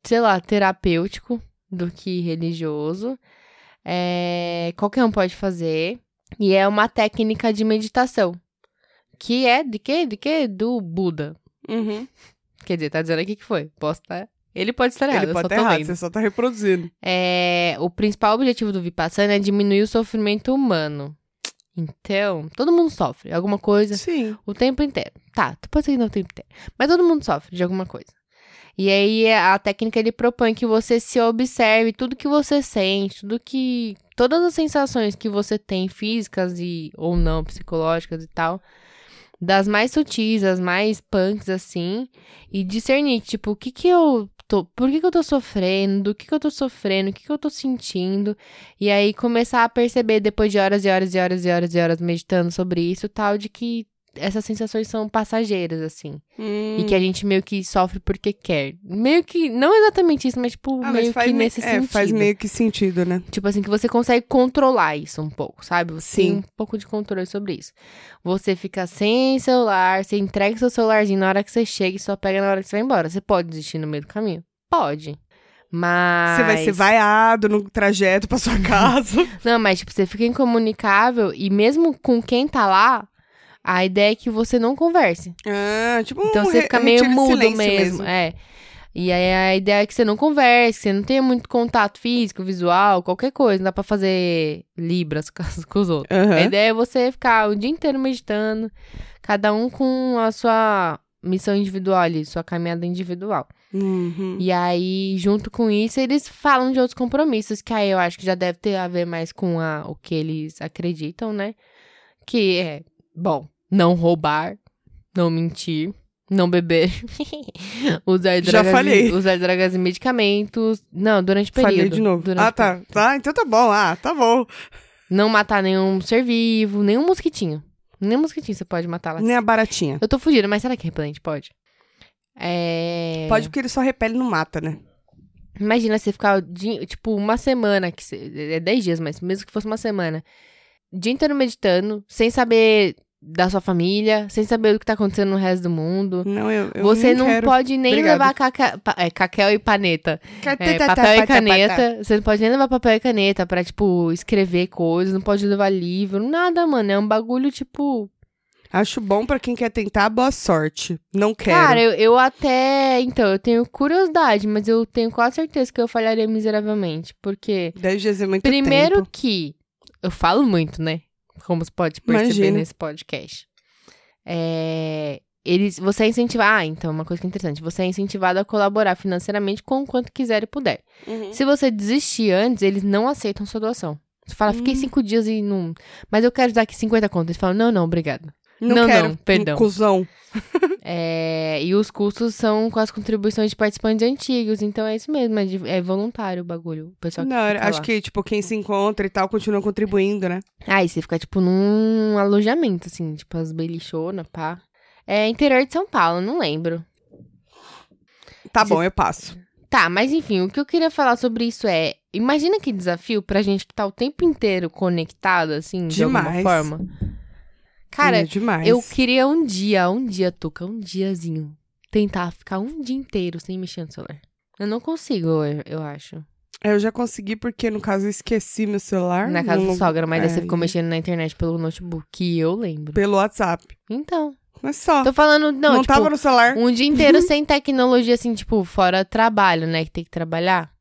Speaker 2: sei lá, terapêutico do que religioso. É, qualquer um pode fazer. E é uma técnica de meditação. Que é de quê? De quê? Do Buda.
Speaker 1: Uhum.
Speaker 2: Quer dizer, tá dizendo aqui que foi. Posso estar. Ele pode estar errado,
Speaker 1: Ele
Speaker 2: É, eu
Speaker 1: pode
Speaker 2: só
Speaker 1: estar
Speaker 2: tô
Speaker 1: errado,
Speaker 2: lendo.
Speaker 1: você só tá reproduzindo.
Speaker 2: É, o principal objetivo do Vipassana é diminuir o sofrimento humano. Então, todo mundo sofre alguma coisa
Speaker 1: Sim.
Speaker 2: o tempo inteiro. Tá, tu pode ser que não o tempo inteiro. Mas todo mundo sofre de alguma coisa. E aí é, a técnica ele propõe que você se observe tudo que você sente, tudo que todas as sensações que você tem físicas e ou não psicológicas e tal. das mais sutis, as mais punks, assim, e discernir, tipo, o que que eu tô, por que que eu tô sofrendo, do que que eu tô sofrendo, o que que eu tô sentindo, e aí começar a perceber depois de horas e horas e horas e horas e horas meditando sobre isso, tal, de que essas sensações são passageiras, assim,
Speaker 1: Hum.
Speaker 2: e que a gente meio que sofre porque quer. Meio que, não exatamente isso, mas tipo,
Speaker 1: Ah, mas
Speaker 2: meio
Speaker 1: faz
Speaker 2: que
Speaker 1: me-
Speaker 2: nesse
Speaker 1: é,
Speaker 2: sentido.
Speaker 1: faz meio que sentido, né?
Speaker 2: Tipo assim, que você consegue controlar isso um pouco, sabe? Você tem
Speaker 1: Sim.
Speaker 2: um pouco de controle sobre isso. Você fica sem celular, você entrega seu celularzinho na hora que você chega e só pega na hora que você vai embora. Você pode desistir no meio do caminho? Pode. Mas.
Speaker 1: Você vai ser vaiado no trajeto pra [laughs] sua casa.
Speaker 2: Não, mas tipo, você fica incomunicável e mesmo com quem tá lá, a ideia é que você não converse.
Speaker 1: ah, tipo,
Speaker 2: Então
Speaker 1: um
Speaker 2: você
Speaker 1: re-
Speaker 2: fica meio
Speaker 1: retiro em
Speaker 2: mudo mesmo,
Speaker 1: silêncio
Speaker 2: É. E aí a ideia é que você não converse, que você não tenha muito contato físico, visual, qualquer coisa. Não dá pra fazer libras [laughs] com as- com os outros.
Speaker 1: Aham.
Speaker 2: A ideia é você ficar o dia inteiro meditando, cada um com a sua missão individual ali, sua caminhada individual.
Speaker 1: Uhum.
Speaker 2: E aí, junto com isso, eles falam de outros compromissos, que aí eu acho que já deve ter a ver mais com a, o que eles acreditam, né? Que é, bom, não roubar, não mentir, não beber, usar
Speaker 1: Já
Speaker 2: drogas, e-
Speaker 1: falhei.
Speaker 2: usar drogas e medicamentos. Não, durante o período.
Speaker 1: Falei de novo.
Speaker 2: durante
Speaker 1: Ah,
Speaker 2: o período.
Speaker 1: tá. Tá, então tá bom. Ah, tá bom.
Speaker 2: Não matar nenhum ser vivo, nenhum mosquitinho. Nem mosquitinho você pode matar lá.
Speaker 1: Nem a baratinha.
Speaker 2: Eu tô fugindo, mas será que repelente pode? É...
Speaker 1: Pode porque ele só repele e não mata, né?
Speaker 2: Imagina você ficar, o dia- tipo, uma semana, que cê- é 10 dias, mas mesmo que fosse uma semana, dia inteiro meditando, sem saber da sua família, sem saber o que tá acontecendo no resto do mundo.
Speaker 1: Não, eu, eu
Speaker 2: Você
Speaker 1: nem
Speaker 2: não
Speaker 1: quero.
Speaker 2: pode nem
Speaker 1: Obrigado.
Speaker 2: levar caca, pa- é, caquel e paneta.
Speaker 1: [laughs] Tá, tá,
Speaker 2: É,
Speaker 1: tá,
Speaker 2: papel e
Speaker 1: tá, tá, tá.
Speaker 2: caneta. Você não pode nem levar papel e caneta pra, tipo, escrever coisas, não pode levar livro, nada, mano. É um bagulho, tipo.
Speaker 1: Acho bom pra quem quer tentar, boa sorte. Não quero.
Speaker 2: Cara, eu, eu até. Então, eu tenho curiosidade, mas eu tenho quase certeza que eu falharia miseravelmente. Porque,
Speaker 1: Dez dias é muito
Speaker 2: primeiro
Speaker 1: tempo.
Speaker 2: que. Eu falo muito, né? Como você pode perceber
Speaker 1: Imagino.
Speaker 2: nesse podcast. É. Eles, você é incentivado. Ah, então, uma coisa que é interessante. Você é incentivado a colaborar financeiramente com o quanto quiser e puder.
Speaker 1: Uhum.
Speaker 2: Se você desistir antes, eles não aceitam sua doação. Você fala, fiquei
Speaker 1: Hum.
Speaker 2: cinco dias e não. Mas eu quero dar aqui 50 contas. Eles falam, não, não, obrigado.
Speaker 1: Não,
Speaker 2: não,
Speaker 1: quero.
Speaker 2: não, perdão.
Speaker 1: Cusão. Uhum.
Speaker 2: É, e os custos são com as contribuições de participantes antigos. Então é isso mesmo, é, de- é voluntário o bagulho. O pessoal que
Speaker 1: Não,
Speaker 2: fica
Speaker 1: acho
Speaker 2: lá.
Speaker 1: que, tipo, quem se encontra e tal continua contribuindo, né?
Speaker 2: Ah, e você fica, tipo, num alojamento, assim, tipo, as belichonas, pá. É interior de São Paulo, não lembro.
Speaker 1: Tá
Speaker 2: Se-
Speaker 1: bom, eu passo.
Speaker 2: Tá, mas enfim, o que eu queria falar sobre isso é. Imagina que desafio pra gente que tá o tempo inteiro conectado, assim, de alguma
Speaker 1: Demais.
Speaker 2: forma. Cara,
Speaker 1: é demais.
Speaker 2: Eu queria um dia, um dia, Tuca, um diazinho, tentar ficar um dia inteiro sem mexer no celular. Eu não consigo, eu, eu acho.
Speaker 1: É, Eu já consegui porque, no caso, eu esqueci meu celular.
Speaker 2: na casa
Speaker 1: no-
Speaker 2: do sogra, mas aí você
Speaker 1: é,
Speaker 2: ficou mexendo na internet pelo notebook, que eu lembro.
Speaker 1: Pelo WhatsApp.
Speaker 2: Então,
Speaker 1: Mas só.
Speaker 2: tô falando, não,
Speaker 1: Não, tá
Speaker 2: tipo,
Speaker 1: tava no celular.
Speaker 2: um dia
Speaker 1: Uhum.
Speaker 2: inteiro sem tecnologia, assim, tipo, fora trabalho, né, que tem que trabalhar.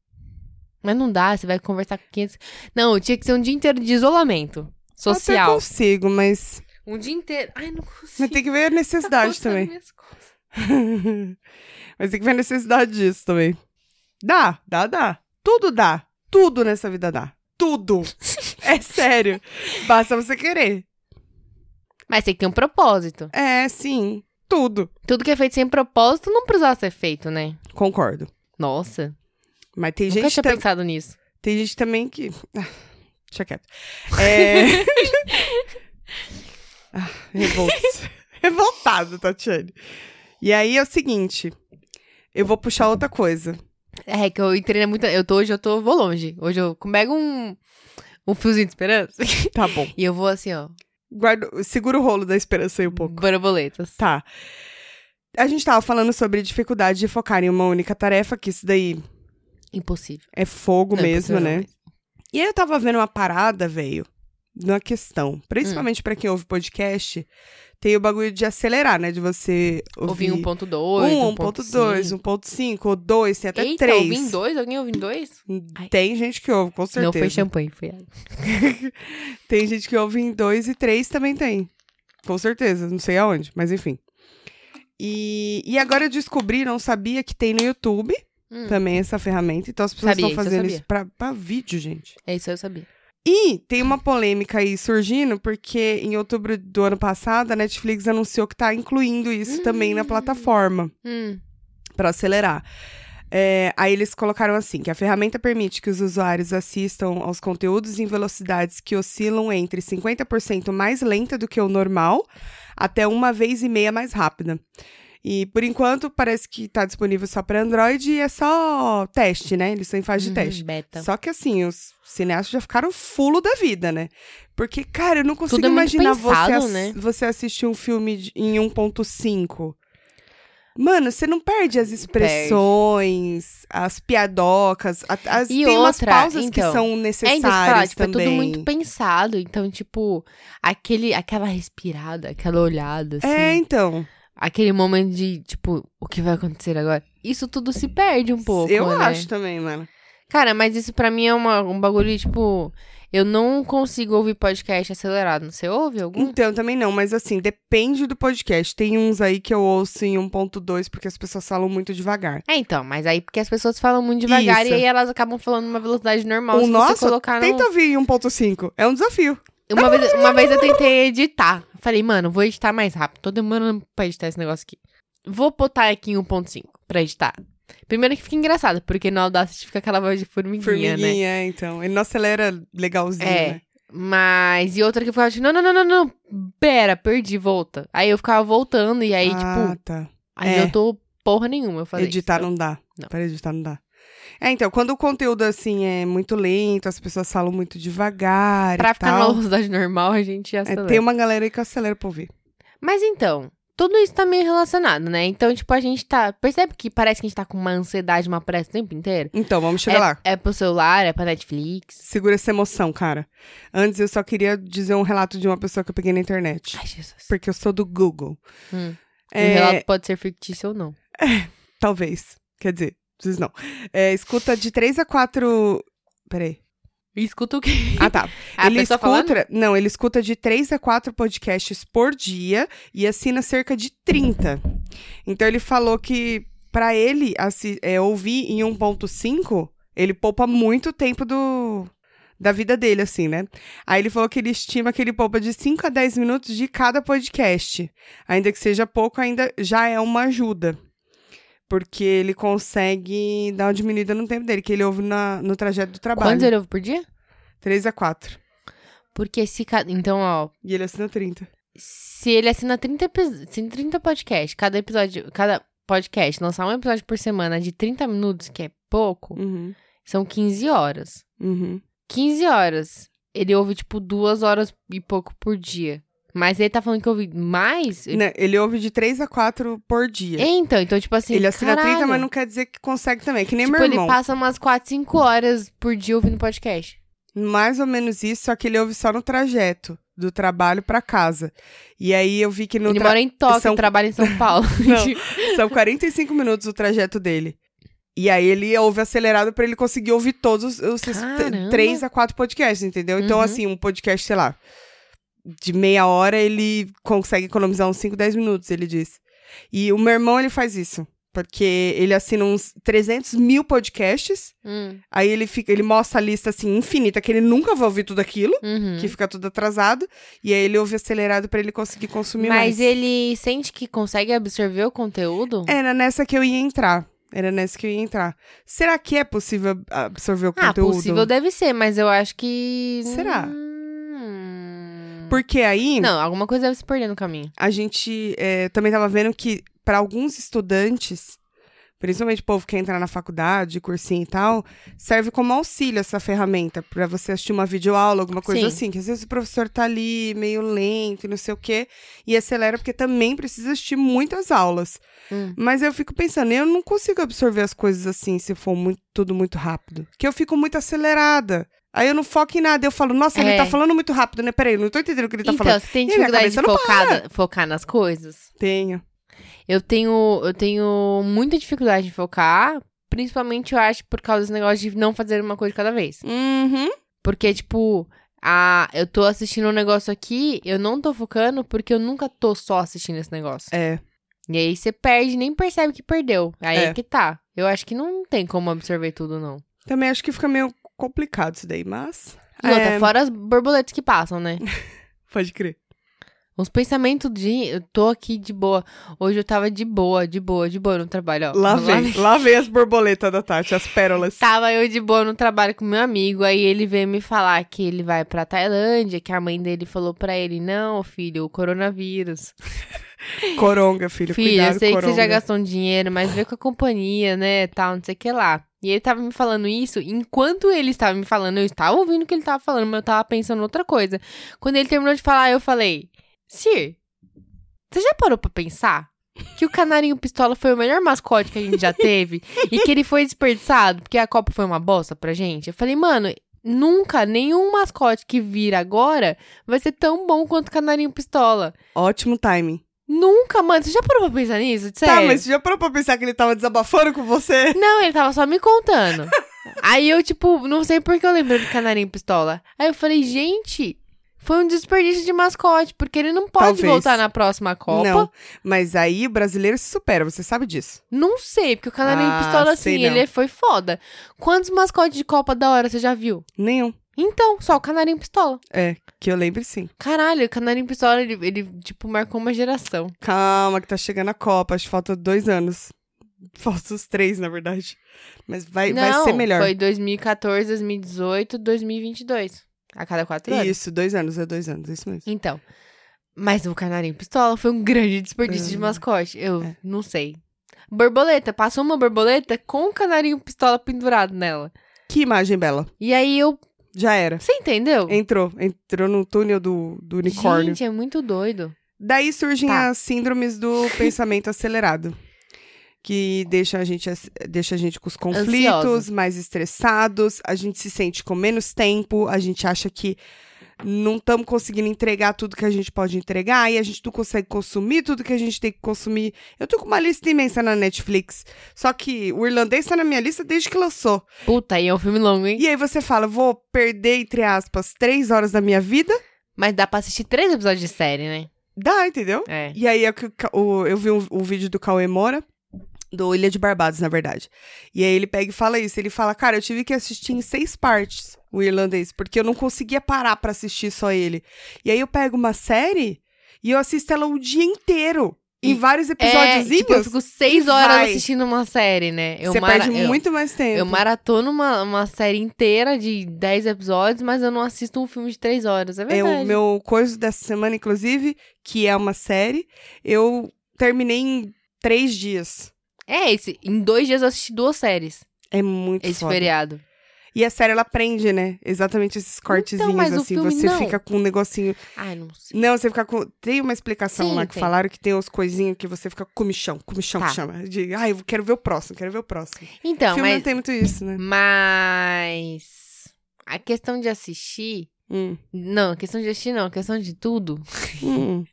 Speaker 2: Mas não dá, você vai conversar com 500... Não, tinha que ser um dia inteiro de isolamento
Speaker 1: Até
Speaker 2: social.
Speaker 1: consigo, mas,
Speaker 2: Um dia inteiro... Ai, não consigo.
Speaker 1: mas tem que ver a
Speaker 2: tá
Speaker 1: necessidade
Speaker 2: [laughs] coçando
Speaker 1: também. [laughs]
Speaker 2: minhas costas.
Speaker 1: mas tem que ver a necessidade disso também. Dá, dá, dá. Tudo dá. Tudo nessa vida dá.
Speaker 2: [laughs]
Speaker 1: Tudo. é sério. Basta você querer.
Speaker 2: Mas tem que ter um propósito.
Speaker 1: É, sim. Tudo.
Speaker 2: Tudo que é feito sem propósito não precisava ser feito, né?
Speaker 1: Concordo.
Speaker 2: Nossa,
Speaker 1: Mas tem
Speaker 2: nunca
Speaker 1: gente, tá
Speaker 2: tinha
Speaker 1: tam-
Speaker 2: pensado nisso.
Speaker 1: tem gente também que. Ah, deixa quieto. É. ah, revoltos. Revoltado, Tatiane. E aí é o seguinte. Eu vou puxar outra coisa.
Speaker 2: É que eu entrei muito. Eu tô, hoje eu tô, vou longe. Hoje eu pego um, um fiozinho de esperança [laughs]
Speaker 1: Tá bom.
Speaker 2: e eu vou assim, ó.
Speaker 1: Guardo, segura o rolo da esperança aí um pouco.
Speaker 2: Borboletas.
Speaker 1: Tá. A gente tava falando sobre dificuldade de focar em uma única tarefa, que isso daí
Speaker 2: Impossível.
Speaker 1: é fogo
Speaker 2: Não,
Speaker 1: mesmo,
Speaker 2: impossível
Speaker 1: né?
Speaker 2: não, mas-
Speaker 1: E aí eu tava vendo uma parada, velho, numa questão.
Speaker 2: Hum.
Speaker 1: Principalmente pra quem ouve podcast, tem o bagulho de acelerar, né? De você ouvir
Speaker 2: Ouvi 1.2, 1.5.
Speaker 1: 1, 1.2, 1.5, ou 2, tem um até
Speaker 2: Eita, ouvi em
Speaker 1: 3.
Speaker 2: dois? Alguém ouviu em dois?
Speaker 1: Tem gente que ouve, com certeza.
Speaker 2: Não foi champanhe, foi água.
Speaker 1: Tem gente que ouve em dois e três também tem. Com certeza, não sei aonde, mas enfim. E, e agora eu descobri, não sabia que tem no YouTube
Speaker 2: Hum,
Speaker 1: também essa ferramenta. Então as pessoas
Speaker 2: Sabia,
Speaker 1: estão
Speaker 2: isso eu
Speaker 1: fazendo
Speaker 2: sabia.
Speaker 1: isso pra, pra vídeo, gente.
Speaker 2: É isso eu sabia.
Speaker 1: E tem uma polêmica aí surgindo, porque em outubro do ano passado, a Netflix anunciou que tá incluindo isso também na plataforma,
Speaker 2: Hum.
Speaker 1: para acelerar. É, aí eles colocaram assim, que a ferramenta permite que os usuários assistam aos conteúdos em velocidades que oscilam entre 50% mais lenta do que o normal, até uma vez e meia mais rápida. E por enquanto parece que tá disponível só para Android e é só teste, né? Eles estão em fase de
Speaker 2: Uhum,
Speaker 1: teste.
Speaker 2: Beta.
Speaker 1: Só que assim, os cineastas já ficaram fulo da vida, né? Porque, cara, eu não consigo
Speaker 2: Tudo é muito
Speaker 1: imaginar você,
Speaker 2: pensado,
Speaker 1: ass-
Speaker 2: né?
Speaker 1: você assistir um filme de- em 1.5. Mano, você não perde as expressões, as piadocas, a- as,
Speaker 2: E
Speaker 1: tem umas
Speaker 2: outra,
Speaker 1: pausas que
Speaker 2: então,
Speaker 1: são
Speaker 2: É
Speaker 1: necessárias
Speaker 2: isso que eu ia falar, tipo, é
Speaker 1: também.
Speaker 2: tudo muito pensado. Então, tipo, aquele, aquela respirada, aquela olhada, assim.
Speaker 1: É, então.
Speaker 2: Aquele momento de, tipo, o que vai acontecer agora? Isso tudo se perde um pouco,
Speaker 1: eu
Speaker 2: né?
Speaker 1: acho também, mano.
Speaker 2: Cara, mas isso pra mim é uma, um bagulho, tipo... Eu não consigo ouvir podcast acelerado. Você ouve algum?
Speaker 1: Então, também não, mas assim, depende do podcast. Tem uns aí que eu ouço em 1.2 porque as pessoas falam muito devagar.
Speaker 2: É, então. Mas aí, porque as pessoas falam muito devagar
Speaker 1: Isso.
Speaker 2: e aí elas acabam falando numa velocidade normal.
Speaker 1: O
Speaker 2: se
Speaker 1: nosso
Speaker 2: você colocar num-
Speaker 1: Tenta ouvir em 1.5, é um desafio.
Speaker 2: Uma vez, uma vez eu tentei editar. Falei, mano, vou editar mais rápido. Tô demorando pra editar esse negócio aqui. Vou botar aqui em 1.5 pra editar. Primeiro que fica engraçado, porque no Audacity fica aquela voz de formiguinha, né?
Speaker 1: Formiguinha, é, então. Ele não acelera legalzinho,
Speaker 2: É.
Speaker 1: né?
Speaker 2: Mas, e outra que eu ficava tipo, não, não, não, não, não. Pera, perdi, volta. Aí eu ficava voltando e aí,
Speaker 1: ah,
Speaker 2: tipo,
Speaker 1: tá.
Speaker 2: aí
Speaker 1: é.
Speaker 2: eu tô porra nenhuma. Eu falei,
Speaker 1: Editar
Speaker 2: isso.
Speaker 1: não dá.
Speaker 2: Não.
Speaker 1: Para editar não dá. É, então, quando o conteúdo, assim, é muito lento, as pessoas falam muito devagar
Speaker 2: Pra
Speaker 1: e
Speaker 2: ficar né? na
Speaker 1: tal.
Speaker 2: velocidade normal, a gente
Speaker 1: É,
Speaker 2: acelera.
Speaker 1: tem uma galera aí que acelera pra ouvir.
Speaker 2: Mas então, tudo isso tá meio relacionado, né? Então, tipo, a gente tá. Percebe que parece que a gente tá com uma ansiedade, uma pressa o tempo inteiro?
Speaker 1: Então, vamos chegar
Speaker 2: é,
Speaker 1: lá.
Speaker 2: É pro celular, é pra Netflix.
Speaker 1: Segura essa emoção, cara. Antes, eu só queria dizer um relato de uma pessoa que eu peguei na internet.
Speaker 2: Ai, Jesus.
Speaker 1: Porque eu sou do Google.
Speaker 2: Hum. O
Speaker 1: É,
Speaker 2: relato pode ser fictício ou não.
Speaker 1: Talvez. Quer dizer, vocês não. É, escuta de 3 a 4... Peraí.
Speaker 2: Escuta o quê?
Speaker 1: Ah, tá.
Speaker 2: A
Speaker 1: ele
Speaker 2: pessoa
Speaker 1: escuta,
Speaker 2: falando?
Speaker 1: não, ele escuta de 3 a 4 podcasts por dia e assina cerca de 30. Então ele falou que pra ele assi- é, ouvir em 1.5, ele poupa muito tempo do da vida dele assim, né? Aí ele falou que ele estima que ele poupa de 5 a 10 minutos de cada podcast. Ainda que seja pouco, ainda já é uma ajuda. Porque ele consegue dar uma diminuída no tempo dele, que ele ouve na- no trajeto do
Speaker 2: Quantos
Speaker 1: trabalho.
Speaker 2: ele ouve por dia?
Speaker 1: 3 a 4.
Speaker 2: Porque se. ca- Então, ó.
Speaker 1: E ele assina 30.
Speaker 2: Se ele assina 30, epi- se em 30 podcasts, cada episódio. Cada podcast lançar um episódio por semana de 30 minutos, que é pouco,
Speaker 1: Uhum.
Speaker 2: são 15 horas.
Speaker 1: Uhum.
Speaker 2: 15 horas. Ele ouve, tipo, duas horas e pouco por dia. Mas ele tá falando que ouve mais?
Speaker 1: Né, ele ouve de 3 a 4 por dia.
Speaker 2: Então, então, tipo assim.
Speaker 1: ele assina
Speaker 2: caralho.
Speaker 1: 30, mas não quer dizer que consegue também. Que nem
Speaker 2: tipo,
Speaker 1: meu
Speaker 2: ele
Speaker 1: irmão.
Speaker 2: passa umas 4, 5 horas por dia ouvindo podcast.
Speaker 1: Mais ou menos isso, só que ele ouve só no trajeto. Do trabalho pra casa. E aí eu vi que no
Speaker 2: ele
Speaker 1: tra-
Speaker 2: mora em Tóquio,
Speaker 1: são- [laughs]
Speaker 2: trabalha em São Paulo. [laughs] Tipo,
Speaker 1: Não. são 45 minutos o trajeto dele. E aí ele ouve acelerado pra ele conseguir ouvir todos os
Speaker 2: Caramba.
Speaker 1: 3 a 4 podcasts, entendeu? Então,
Speaker 2: Uhum.
Speaker 1: assim, um podcast, sei lá, de meia hora, ele consegue economizar uns 5, 10 minutos, ele disse. E o meu irmão, ele faz isso. Porque ele assina uns 300 mil podcasts,
Speaker 2: Hum,
Speaker 1: aí ele, fica, ele mostra a lista, assim, infinita, que ele nunca vai ouvir tudo aquilo,
Speaker 2: uhum.
Speaker 1: que fica tudo atrasado, e aí ele ouve acelerado pra ele conseguir consumir mais.
Speaker 2: Mas ele sente que consegue absorver o conteúdo?
Speaker 1: Era nessa que eu ia entrar. Era nessa que eu ia entrar. Será que é possível absorver o
Speaker 2: ah,
Speaker 1: É, conteúdo?
Speaker 2: possível deve ser, mas eu acho que.
Speaker 1: Será?
Speaker 2: Hum...
Speaker 1: Porque aí né,
Speaker 2: Não, alguma coisa deve se perder no caminho.
Speaker 1: a gente é, também tava vendo que para alguns estudantes, principalmente o povo que entra na faculdade, cursinho e tal, serve como auxílio essa ferramenta para você assistir uma videoaula, alguma coisa
Speaker 2: Sim.
Speaker 1: assim, que às vezes o professor tá ali meio lento, e não sei o quê, e acelera porque também precisa assistir muitas aulas.
Speaker 2: Hum.
Speaker 1: Mas eu fico pensando, eu não consigo absorver as coisas assim se for muito- tudo muito rápido, que eu fico muito acelerada. Aí eu não foco em nada, eu falo, nossa, ele
Speaker 2: É.
Speaker 1: tá falando muito rápido, né? Peraí, eu não tô entendendo o que ele tá
Speaker 2: então,
Speaker 1: falando.
Speaker 2: você tem
Speaker 1: E minha
Speaker 2: dificuldade de
Speaker 1: cabeça não
Speaker 2: focar, focar nas coisas?
Speaker 1: Tenho.
Speaker 2: Eu tenho, eu tenho muita dificuldade em focar, principalmente eu acho por causa desse negócio de não fazer uma coisa de cada vez.
Speaker 1: Uhum.
Speaker 2: Porque, tipo, a, eu tô assistindo um negócio aqui, eu não tô focando porque eu nunca tô só assistindo esse negócio.
Speaker 1: É.
Speaker 2: E aí você perde, nem percebe que perdeu. Aí
Speaker 1: É.
Speaker 2: é que tá. Eu acho que não tem como absorver tudo, não.
Speaker 1: Também acho que fica meio complicado isso daí, mas.
Speaker 2: E outra, fora as borboletas que passam,
Speaker 1: [laughs]
Speaker 2: né?
Speaker 1: Pode crer.
Speaker 2: Os pensamentos de. Eu tô aqui de boa. Hoje eu tava de boa, de boa, de boa no trabalho, ó.
Speaker 1: Lá
Speaker 2: Vamos
Speaker 1: vem, lá vem as borboletas da Tati, as pérolas.
Speaker 2: [laughs] Tava eu de boa no trabalho com meu amigo, aí ele veio me falar que ele vai pra Tailândia, que a mãe dele falou pra ele: "Não, filho, o coronavírus".
Speaker 1: Coronga, filho,
Speaker 2: filho,
Speaker 1: cuidado,
Speaker 2: eu sei que
Speaker 1: coronga.
Speaker 2: você já gastou um dinheiro, mas vê com a companhia, né, tal, não sei o que lá. E ele tava me falando isso, enquanto ele estava me falando, eu estava ouvindo o que ele tava falando, mas eu tava pensando outra coisa. Quando ele terminou de falar, eu falei: "Sir, você já parou pra pensar?" Que o Canarinho Pistola foi o melhor mascote que a gente já teve e que ele foi desperdiçado porque a Copa foi uma bosta pra gente. Eu falei, mano, nunca nenhum mascote que vira agora vai ser tão bom quanto o Canarinho Pistola.
Speaker 1: Ótimo timing.
Speaker 2: Nunca, mano. Você já parou pra pensar nisso? Sério?
Speaker 1: Tá, mas você já parou pra pensar que ele tava desabafando com você?
Speaker 2: Não, ele tava só me contando.
Speaker 1: [laughs]
Speaker 2: Aí eu, tipo, não sei por que eu lembrei do Canarinho Pistola. Aí eu falei, gente, foi um desperdício de mascote, porque ele não pode
Speaker 1: Talvez.
Speaker 2: voltar na próxima Copa.
Speaker 1: Não, mas aí o brasileiro se supera, você sabe disso.
Speaker 2: Não sei, porque o Canarinho
Speaker 1: Ah,
Speaker 2: Pistola,
Speaker 1: sei
Speaker 2: assim,
Speaker 1: não.
Speaker 2: ele foi foda. Quantos mascotes de Copa da hora você já viu?
Speaker 1: Nenhum.
Speaker 2: Então, só o Canarinho Pistola.
Speaker 1: É, que eu lembre sim.
Speaker 2: Caralho, o Canarinho Pistola, ele, ele, tipo, marcou uma geração.
Speaker 1: Calma, que tá chegando a Copa, acho que falta dois anos. Falta os três, na verdade. Mas vai, vai
Speaker 2: Não,
Speaker 1: ser melhor.
Speaker 2: foi 2014, 2018, 2022. A cada quatro anos.
Speaker 1: Isso, dois anos, é dois anos, isso mesmo.
Speaker 2: Então, mas o Canarinho Pistola foi um grande desperdício de
Speaker 1: Hum,
Speaker 2: mascote. Eu
Speaker 1: é.
Speaker 2: não sei. Borboleta, passou uma borboleta com o Canarinho Pistola pendurado nela.
Speaker 1: Que imagem bela.
Speaker 2: E aí eu...
Speaker 1: Já era.
Speaker 2: Você entendeu?
Speaker 1: Entrou, entrou no túnel do, do unicórnio.
Speaker 2: Gente, é muito doido.
Speaker 1: Daí surgem
Speaker 2: Tá.
Speaker 1: as síndromes
Speaker 2: [laughs]
Speaker 1: do pensamento acelerado. Que deixa a gente, as- deixa a gente com os conflitos,
Speaker 2: Ansiosa.
Speaker 1: mais estressados, a gente se sente com menos tempo, a gente acha que não estamos conseguindo entregar tudo que a gente pode entregar e a gente não consegue consumir tudo que a gente tem que consumir. Eu tô com uma lista imensa na Netflix, só que o irlandês tá na minha lista desde que lançou.
Speaker 2: Puta, e é um filme longo, hein?
Speaker 1: E aí você fala, vou perder, entre aspas, três horas da minha vida?
Speaker 2: Mas dá pra assistir três episódios de série, né?
Speaker 1: Dá, entendeu?
Speaker 2: É.
Speaker 1: E aí é que o Ca- o- eu vi um, um vídeo do Cauê Moura, do Ilha de Barbados, na verdade. E aí ele pega e fala isso. Ele fala, cara, eu tive que assistir em seis partes o irlandês, porque eu não conseguia parar pra assistir só ele. E aí eu pego uma série e eu assisto ela o dia inteiro. Em
Speaker 2: E-
Speaker 1: vários
Speaker 2: É,
Speaker 1: episódios.
Speaker 2: tipo, eu fico seis
Speaker 1: e
Speaker 2: horas
Speaker 1: vai.
Speaker 2: assistindo uma série, né? Eu
Speaker 1: Você
Speaker 2: mara-
Speaker 1: perde
Speaker 2: eu-
Speaker 1: muito mais tempo.
Speaker 2: Eu maratono uma, uma série inteira de 10 episódios, mas eu não assisto um filme de 3 horas. É
Speaker 1: É
Speaker 2: verdade.
Speaker 1: o meu coisa dessa semana, inclusive, que é uma série, eu terminei em três dias.
Speaker 2: É, esse, em dois dias eu assisti duas séries.
Speaker 1: É muito
Speaker 2: Esse
Speaker 1: foda.
Speaker 2: feriado.
Speaker 1: E a série, ela prende, né? Exatamente esses cortezinhos,
Speaker 2: Então, mas o
Speaker 1: assim.
Speaker 2: filme
Speaker 1: Você
Speaker 2: não.
Speaker 1: fica com um negocinho.
Speaker 2: Ai, não sei.
Speaker 1: Não, você fica com. Tem uma explicação
Speaker 2: Sim,
Speaker 1: lá que
Speaker 2: tem.
Speaker 1: falaram que tem os coisinhos que você fica com comichão, comichão
Speaker 2: Tá.
Speaker 1: que chama. De, ah, eu quero ver o próximo, quero ver o próximo.
Speaker 2: Então,
Speaker 1: filme não
Speaker 2: mas,
Speaker 1: tem muito isso, né?
Speaker 2: mas. A questão de assistir.
Speaker 1: Hum.
Speaker 2: Não, a questão de assistir não, a questão de tudo.
Speaker 1: Hum.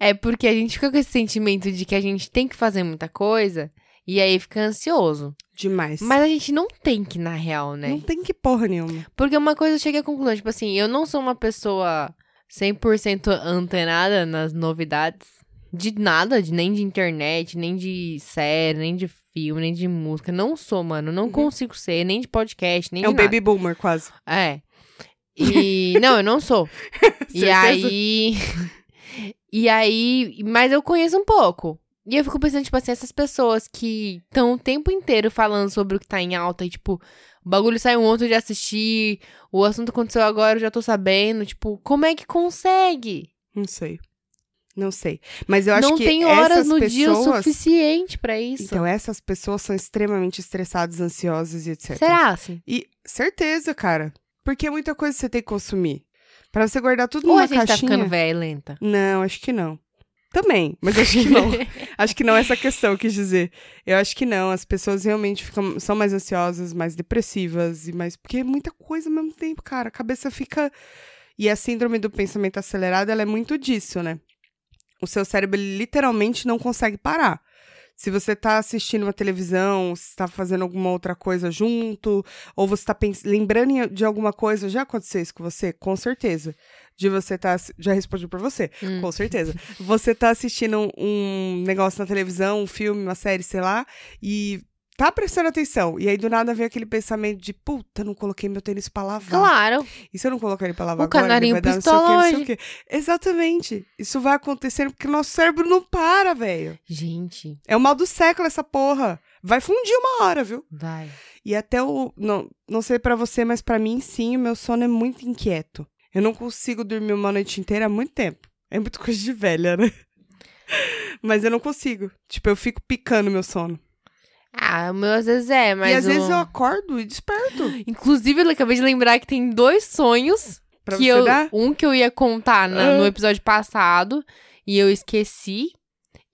Speaker 2: É porque a gente fica com esse sentimento de que a gente tem que fazer muita coisa e aí fica ansioso.
Speaker 1: Demais.
Speaker 2: Mas a gente não tem que, na real, né?
Speaker 1: Não tem que porra nenhuma.
Speaker 2: Porque uma coisa eu cheguei à conclusão, tipo assim, eu não sou uma pessoa 100% antenada nas novidades de nada, de, nem de internet, nem de série, nem de filme, nem de música. Não sou, mano. Não
Speaker 1: Uhum.
Speaker 2: consigo ser, nem de podcast, nem
Speaker 1: É
Speaker 2: de
Speaker 1: um
Speaker 2: nada.
Speaker 1: baby boomer, quase.
Speaker 2: É. E não, eu não sou. e
Speaker 1: [laughs] Certeza?
Speaker 2: aí [laughs] E aí, mas eu conheço um pouco. E eu fico pensando, tipo assim, essas pessoas que estão o tempo inteiro falando sobre o que tá em alta e, tipo, o bagulho saiu ontem eu já assisti, o assunto aconteceu agora, eu já tô sabendo. Tipo, como é que consegue?
Speaker 1: Não sei. Não sei. Mas eu acho
Speaker 2: Não
Speaker 1: que.
Speaker 2: tem
Speaker 1: essas
Speaker 2: horas no
Speaker 1: pessoas...
Speaker 2: dia o suficiente pra isso.
Speaker 1: Então, essas pessoas são extremamente estressadas, ansiosas e etc.
Speaker 2: Será assim?
Speaker 1: E certeza, cara. Porque é muita coisa que você tem que consumir. Pra você guardar tudo
Speaker 2: Ou
Speaker 1: numa
Speaker 2: a gente tá
Speaker 1: caixinha.
Speaker 2: ficando velha e lenta?
Speaker 1: não, acho que não. Também, mas acho que [laughs]
Speaker 2: [laughs]
Speaker 1: não. acho que não é essa questão, eu quis dizer. Eu acho que não. As pessoas realmente ficam, são mais ansiosas, mais depressivas e mais. Porque é muita coisa ao mesmo tempo, cara. A cabeça fica. E a síndrome do pensamento acelerado, ela é muito disso, né? O seu cérebro ele literalmente não consegue parar. Se você tá assistindo uma televisão, se tá fazendo alguma outra coisa junto, ou você tá pens- lembrando em- de alguma coisa, já aconteceu isso com você? Com certeza. De você tá. assi- Já respondi pra você.
Speaker 2: Hum.
Speaker 1: Com certeza. Você tá assistindo um, um negócio na televisão, um filme, uma série, sei lá, e tá prestando atenção. E aí do nada vem aquele pensamento de puta, não coloquei meu tênis pra lavar.
Speaker 2: Claro.
Speaker 1: E se eu não colocar ele pra lavar
Speaker 2: O
Speaker 1: agora,
Speaker 2: canarinho
Speaker 1: ele vai dar não sei o
Speaker 2: pistola
Speaker 1: que, não sei o que. Exatamente. Isso vai acontecendo porque o nosso cérebro não para, velho.
Speaker 2: Gente,
Speaker 1: É o mal do século essa porra. Vai fundir uma hora, viu?
Speaker 2: vai.
Speaker 1: E até o. Não, não sei pra você, mas pra mim sim, o meu sono é muito inquieto. Eu não consigo dormir uma noite inteira há muito tempo. É muito coisa de velha, né? [laughs] Mas eu não consigo. Tipo, eu fico picando meu sono.
Speaker 2: Ah, o meu às vezes é, mas.
Speaker 1: e às
Speaker 2: o-
Speaker 1: vezes eu acordo e desperto.
Speaker 2: Inclusive, eu acabei de lembrar que tem dois sonhos
Speaker 1: Pra
Speaker 2: que
Speaker 1: você
Speaker 2: eu.
Speaker 1: dar?
Speaker 2: Um que eu ia contar na-
Speaker 1: Ah.
Speaker 2: no episódio passado e eu esqueci.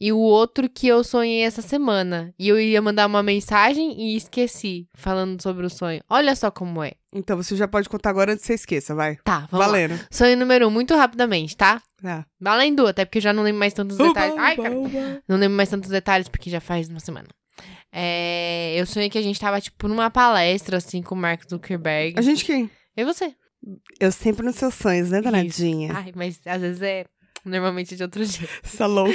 Speaker 2: E o outro que eu sonhei essa semana. E eu ia mandar uma mensagem e esqueci, falando sobre o sonho. Olha só como é.
Speaker 1: Então você já pode contar agora antes que você esqueça, vai.
Speaker 2: Tá, vamos lá.
Speaker 1: Valendo.
Speaker 2: Sonho número um, muito rapidamente, tá?
Speaker 1: Tá.
Speaker 2: Valendo, até porque eu já não lembro mais tantos
Speaker 1: Uba,
Speaker 2: detalhes. tá- Ai,
Speaker 1: uba,
Speaker 2: cara.
Speaker 1: uba.
Speaker 2: Não lembro mais tantos detalhes, porque já faz uma semana. É, eu sonhei que a gente tava, tipo, numa palestra, assim, com o Mark Zuckerberg.
Speaker 1: A gente quem?
Speaker 2: E você?
Speaker 1: Eu sempre nos seus sonhos, né, danadinha?
Speaker 2: Ai, mas às vezes é... Normalmente de outro [laughs] jeito.
Speaker 1: Essa louca.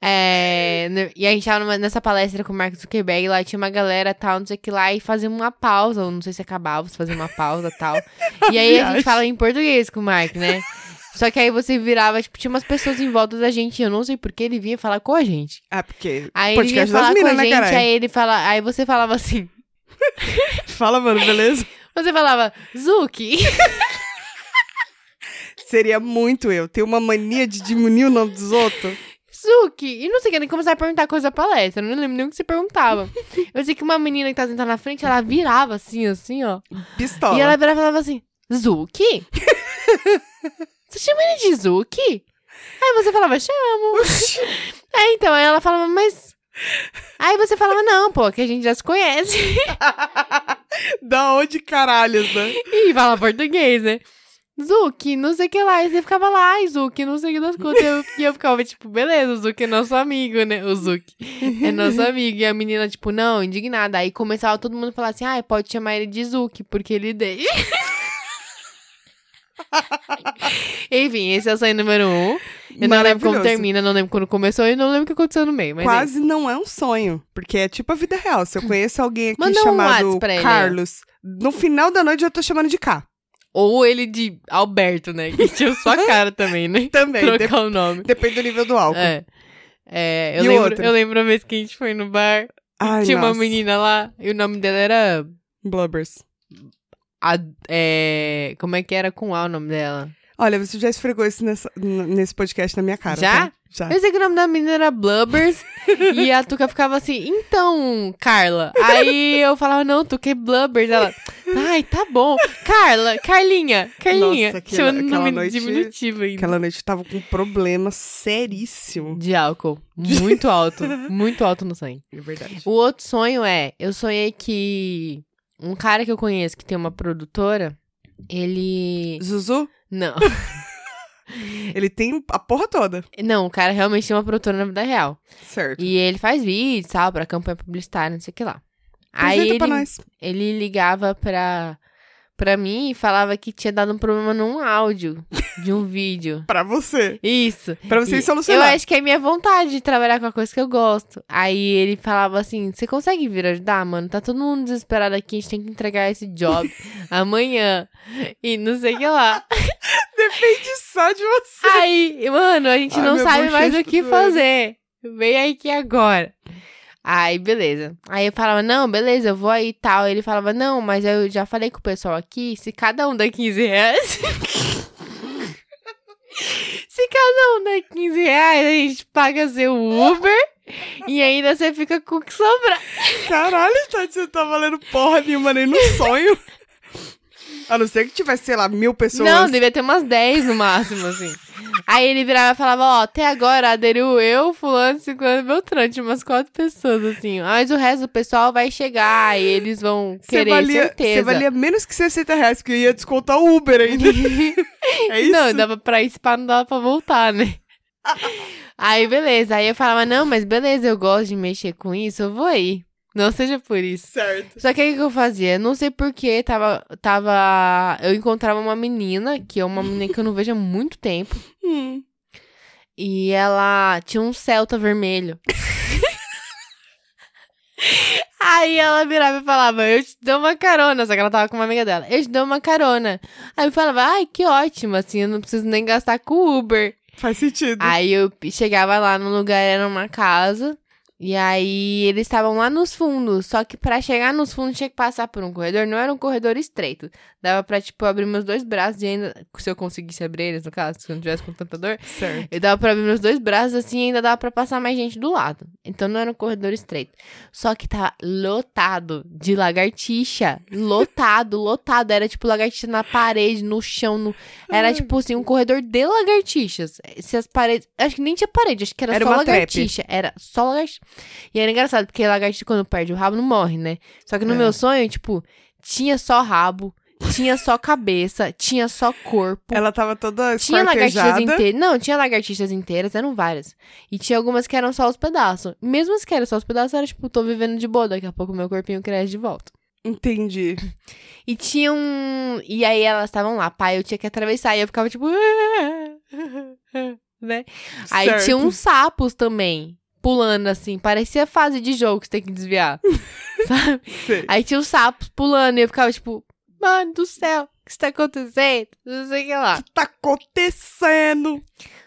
Speaker 2: É, ne- e a gente tava numa- nessa palestra com o Mark Zuckerberg, lá tinha uma galera, tal, não sei o que lá, e fazia uma pausa, ou não sei se acabava, se fazia uma pausa,
Speaker 1: [laughs]
Speaker 2: tal. E aí a
Speaker 1: Viagem.
Speaker 2: gente fala em português com o Mark, né? Só que aí você virava, tipo, tinha umas pessoas em volta da gente, eu não sei porque ele vinha falar com a gente.
Speaker 1: Ah, porque
Speaker 2: Aí ele vinha
Speaker 1: podcast das
Speaker 2: falar com
Speaker 1: minas,
Speaker 2: a
Speaker 1: né,
Speaker 2: gente,
Speaker 1: caralho?
Speaker 2: aí ele fala, aí você falava assim,
Speaker 1: Fala, mano, beleza?
Speaker 2: você falava, Zuki.
Speaker 1: Seria muito eu. Ter uma mania de diminuir o nome dos outros.
Speaker 2: Suki, e não sei o que, nem começar a perguntar coisa da palestra, eu não lembro nem o que você perguntava. Eu sei que uma menina que tá sentada na frente, ela virava assim, assim, ó.
Speaker 1: Pistola.
Speaker 2: E ela virava e falava assim, Zuki? você chama ele de Zuki? Aí você falava, chamo.
Speaker 1: Oxi.
Speaker 2: É, então, aí ela falava, mas... Aí você falava, não, pô, que a gente já se conhece.
Speaker 1: da onde caralhos, né?
Speaker 2: [laughs] E fala português, né? Zuki, não sei o que lá. E você ficava lá, ai, Zuki, não sei o que das coisas. E eu, e eu ficava tipo, beleza, o Zuki é nosso amigo, né? O Zuki é nosso amigo. E a menina, tipo, não, indignada. Aí começava todo mundo a falar assim, ai, pode chamar ele de Zuki, porque ele deixa. [laughs] Enfim, esse é o sonho número um. Eu não lembro como
Speaker 1: Maravilhoso.
Speaker 2: termina, não lembro quando começou e não lembro o que aconteceu no meio. Mas é Hum.
Speaker 1: Quase não é um sonho, porque é tipo a vida real. Se eu conheço alguém aqui
Speaker 2: Manda um
Speaker 1: chamado
Speaker 2: Whats pra ele.
Speaker 1: Carlos, no final da noite eu tô chamando de K.
Speaker 2: Ou ele de Alberto, né? Que tinha sua cara
Speaker 1: [laughs]
Speaker 2: também, né?
Speaker 1: Também, de-
Speaker 2: Trocar o nome.
Speaker 1: depende do nível do álcool.
Speaker 2: É. É, eu,
Speaker 1: E o
Speaker 2: lembro,
Speaker 1: outro?
Speaker 2: eu lembro a vez que a gente foi no bar.
Speaker 1: Ai,
Speaker 2: tinha uma
Speaker 1: nossa.
Speaker 2: menina lá e o nome dela era.
Speaker 1: Blubbers.
Speaker 2: a- é, como é que era com A o nome dela?
Speaker 1: Olha, você já esfregou isso nessa- n- nesse podcast na minha cara.
Speaker 2: Já?
Speaker 1: tá? Já.
Speaker 2: Eu sei que o nome da menina era
Speaker 1: [laughs]
Speaker 2: Blubbers. e a Tuca ficava assim, então, Carla. Aí eu falava, não, Tuca é Blubbers. Ela, ai, tá bom. Carla, Carlinha, Carlinha.
Speaker 1: Nossa, aquela-
Speaker 2: chamando o nome
Speaker 1: aquela noite-
Speaker 2: diminutivo ainda.
Speaker 1: Aquela noite eu tava com um problema seríssimo.
Speaker 2: De álcool. Muito alto. muito alto no sangue.
Speaker 1: É verdade.
Speaker 2: O outro sonho é, eu sonhei que um cara que eu conheço que tem uma produtora, ele
Speaker 1: Zuzu,
Speaker 2: não, [laughs]
Speaker 1: ele tem a porra toda.
Speaker 2: não, o cara realmente tem uma produtora na vida real.
Speaker 1: Certo.
Speaker 2: E ele faz vídeos, tal, pra campanha publicitária, não sei o que lá. Aí
Speaker 1: Apresenta pra
Speaker 2: ele,
Speaker 1: nós.
Speaker 2: ele ligava pra para mim e falava que tinha dado um problema num áudio de um vídeo.
Speaker 1: Pra você.
Speaker 2: Isso.
Speaker 1: Pra vocês
Speaker 2: E Eu
Speaker 1: solucionar.
Speaker 2: acho que é minha vontade de trabalhar com a coisa que eu gosto. Aí ele falava assim: Você consegue vir ajudar, mano? Tá todo mundo desesperado aqui, a gente tem que entregar esse
Speaker 1: [laughs]
Speaker 2: job amanhã. E não sei o que lá.
Speaker 1: Depende só de você.
Speaker 2: Aí, mano, a gente
Speaker 1: Ai,
Speaker 2: não
Speaker 1: minha
Speaker 2: sabe mais
Speaker 1: bochecha
Speaker 2: o que
Speaker 1: doendo.
Speaker 2: fazer. Vem aí que agora. Aí, beleza. Aí eu falava, não, beleza, eu vou aí e tal. Ele falava, não, mas eu já falei com o pessoal aqui, se cada um der 15 reais. [laughs] se cada um der 15 reais, a gente paga seu Uber e ainda você fica com o que sobrar.
Speaker 1: Caralho, Tati, você não tá valendo porra nenhuma nem no sonho. [laughs] A não ser que tivesse, sei lá, mil pessoas.
Speaker 2: Não, devia ter umas 10 no máximo, assim. Aí ele virava e falava, ó, até agora aderiu eu, fulano, ciclano, Beltrano, tinha umas quatro pessoas, assim. Ah, Mas o resto do pessoal vai chegar e eles vão
Speaker 1: Você
Speaker 2: querer,
Speaker 1: valia, você
Speaker 2: certeza.
Speaker 1: valia menos que 60 reais, porque eu ia descontar o Uber [laughs] ainda. é isso?
Speaker 2: Não, dava pra ir se pá, não dava pra
Speaker 1: [laughs]
Speaker 2: voltar, né? aí, beleza. Aí eu falava, não, mas beleza, eu gosto de mexer com isso, eu vou aí. Não seja por isso.
Speaker 1: Certo.
Speaker 2: Só que aí o que eu fazia? Não sei porquê, tava, tava... Eu encontrava uma menina, que é uma menina que eu não vejo há muito tempo.
Speaker 1: Hum.
Speaker 2: E ela tinha um Celta vermelho. Aí ela virava e falava, eu te dou uma carona. Só que ela tava com uma amiga dela. Eu te dou uma carona. Aí eu falava, ai, que ótimo, assim, eu não preciso nem gastar com Uber.
Speaker 1: Faz sentido.
Speaker 2: Aí eu chegava lá no lugar, era uma casa. E aí eles estavam lá nos fundos. Só que pra chegar nos fundos tinha que passar por um corredor. Não era um corredor estreito. Dava pra, tipo, abrir meus dois braços e ainda. Se eu conseguisse abrir eles, no caso, se eu não tivesse com tanta dor.
Speaker 1: Certo.
Speaker 2: Eu dava pra abrir meus dois braços assim e ainda dava pra passar mais gente do lado. Então não era um corredor estreito. Só que tava lotado de lagartixa. Lotado, [laughs] lotado. Era tipo lagartixa na parede, no chão. No... Era tipo assim, um corredor de lagartixas. Se as paredes. Acho que nem tinha parede, acho que era,
Speaker 1: Era
Speaker 2: só
Speaker 1: uma trap.
Speaker 2: lagartixa. Era só lagartixa. E era engraçado, porque lagartixa quando perde o rabo não morre, né? Só que no
Speaker 1: É.
Speaker 2: meu sonho, tipo, tinha só rabo. Tinha só cabeça, tinha só corpo.
Speaker 1: Ela tava toda
Speaker 2: Tinha lagartixas
Speaker 1: esquartejada.
Speaker 2: inteiras. Não, tinha lagartixas inteiras, eram várias. E tinha algumas que eram só os pedaços. Mesmo as que eram só os pedaços, era tipo, tô vivendo de boa, daqui a pouco meu corpinho cresce de volta.
Speaker 1: Entendi.
Speaker 2: E tinha um. E aí elas estavam lá, pai, eu tinha que atravessar. E eu ficava tipo. né? Aí
Speaker 1: Certo.
Speaker 2: tinha uns sapos também, pulando assim. Parecia fase de jogo que você tem que desviar. Sabe?
Speaker 1: Sei.
Speaker 2: Aí tinha os sapos pulando. E eu ficava tipo, mano do céu, o que está acontecendo? Não sei o que lá.
Speaker 1: Tá acontecendo.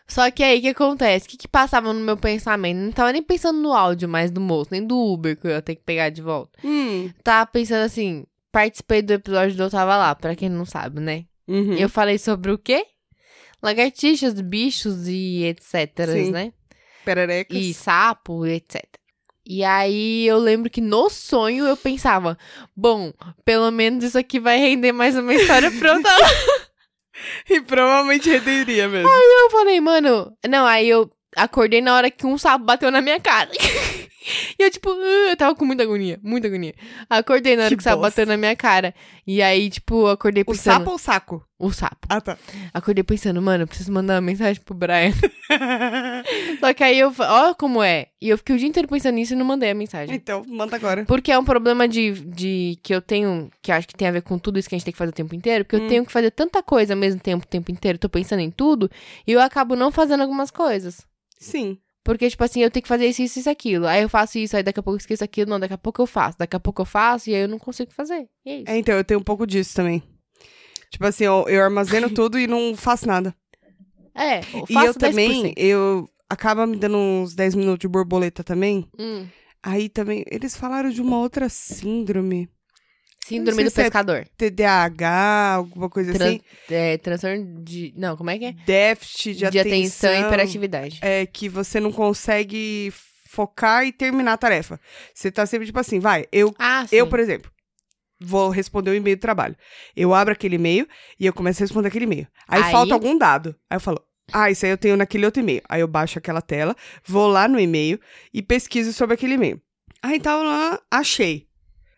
Speaker 2: Só que aí o que acontece? O que, que passava no meu pensamento? Não tava nem pensando no áudio mais do moço, nem do Uber que eu ia ter que pegar de volta.
Speaker 1: Hum.
Speaker 2: Tava pensando assim, participei do episódio do Eu Tava Lá, pra quem não sabe, né?
Speaker 1: Uhum.
Speaker 2: Eu falei sobre o quê? Lagartixas, bichos e etc,
Speaker 1: Sim.
Speaker 2: né?
Speaker 1: Pererecas.
Speaker 2: E sapo, etc. E aí eu lembro que no sonho eu pensava, bom, pelo menos isso aqui vai render mais uma
Speaker 1: [laughs]
Speaker 2: história pronta
Speaker 1: E provavelmente renderia mesmo.
Speaker 2: Eu falei, mano. Não, aí eu acordei na hora que um sapo bateu na minha cara. [laughs] e eu, tipo, "Ah", eu tava com muita agonia, muita agonia. Acordei na hora que,
Speaker 1: Que
Speaker 2: o sapo
Speaker 1: bosta.
Speaker 2: bateu na minha cara. E aí, tipo, eu acordei
Speaker 1: o
Speaker 2: pensando.
Speaker 1: sapo ou o saco?
Speaker 2: O sapo.
Speaker 1: Ah, tá.
Speaker 2: Acordei pensando, mano, eu preciso mandar uma mensagem pro Brian. [laughs] Só que aí eu. fa- Ó, como é. E eu fiquei o dia inteiro pensando nisso e não mandei a mensagem.
Speaker 1: então, manda agora.
Speaker 2: Porque é um problema de, de que eu tenho, que acho que tem a ver com tudo isso que a gente tem que fazer o tempo inteiro, porque eu
Speaker 1: Hum.
Speaker 2: tenho que fazer tanta coisa ao mesmo tempo, o tempo inteiro, tô pensando em tudo, e eu acabo não fazendo algumas coisas.
Speaker 1: Sim.
Speaker 2: Porque, tipo assim, eu tenho que fazer isso, isso, isso, aquilo. Aí eu faço isso, aí daqui a pouco eu esqueço aquilo. Não, daqui a pouco eu faço. Daqui a pouco eu faço e aí eu não consigo fazer. E é isso.
Speaker 1: É, então, eu tenho um pouco disso também. Tipo assim, eu, eu armazeno tudo e não faço nada.
Speaker 2: É, eu faço
Speaker 1: E eu
Speaker 2: 10%.
Speaker 1: também, eu... Acaba me dando uns 10 minutos de borboleta também.
Speaker 2: Hum,
Speaker 1: Aí também, eles falaram de uma outra síndrome.
Speaker 2: síndrome
Speaker 1: Não sei
Speaker 2: do
Speaker 1: se é
Speaker 2: pescador.
Speaker 1: TDAH, alguma coisa
Speaker 2: Tran-
Speaker 1: assim.
Speaker 2: É, transtorno de... Não, como é que é?
Speaker 1: Déficit de, atenção.
Speaker 2: e hiperatividade.
Speaker 1: é que você não consegue focar e terminar a tarefa. Você tá sempre tipo assim, vai, eu,
Speaker 2: Ah, sim.
Speaker 1: eu por exemplo, vou responder o e-mail do trabalho. Eu abro aquele e-mail e eu começo a responder aquele e-mail. Aí,
Speaker 2: Aí-
Speaker 1: falta algum dado. Aí eu falo, ah, isso aí eu tenho naquele outro e-mail. Aí eu baixo aquela tela, vou lá no e-mail e pesquiso sobre aquele e-mail. Aí tá lá, achei.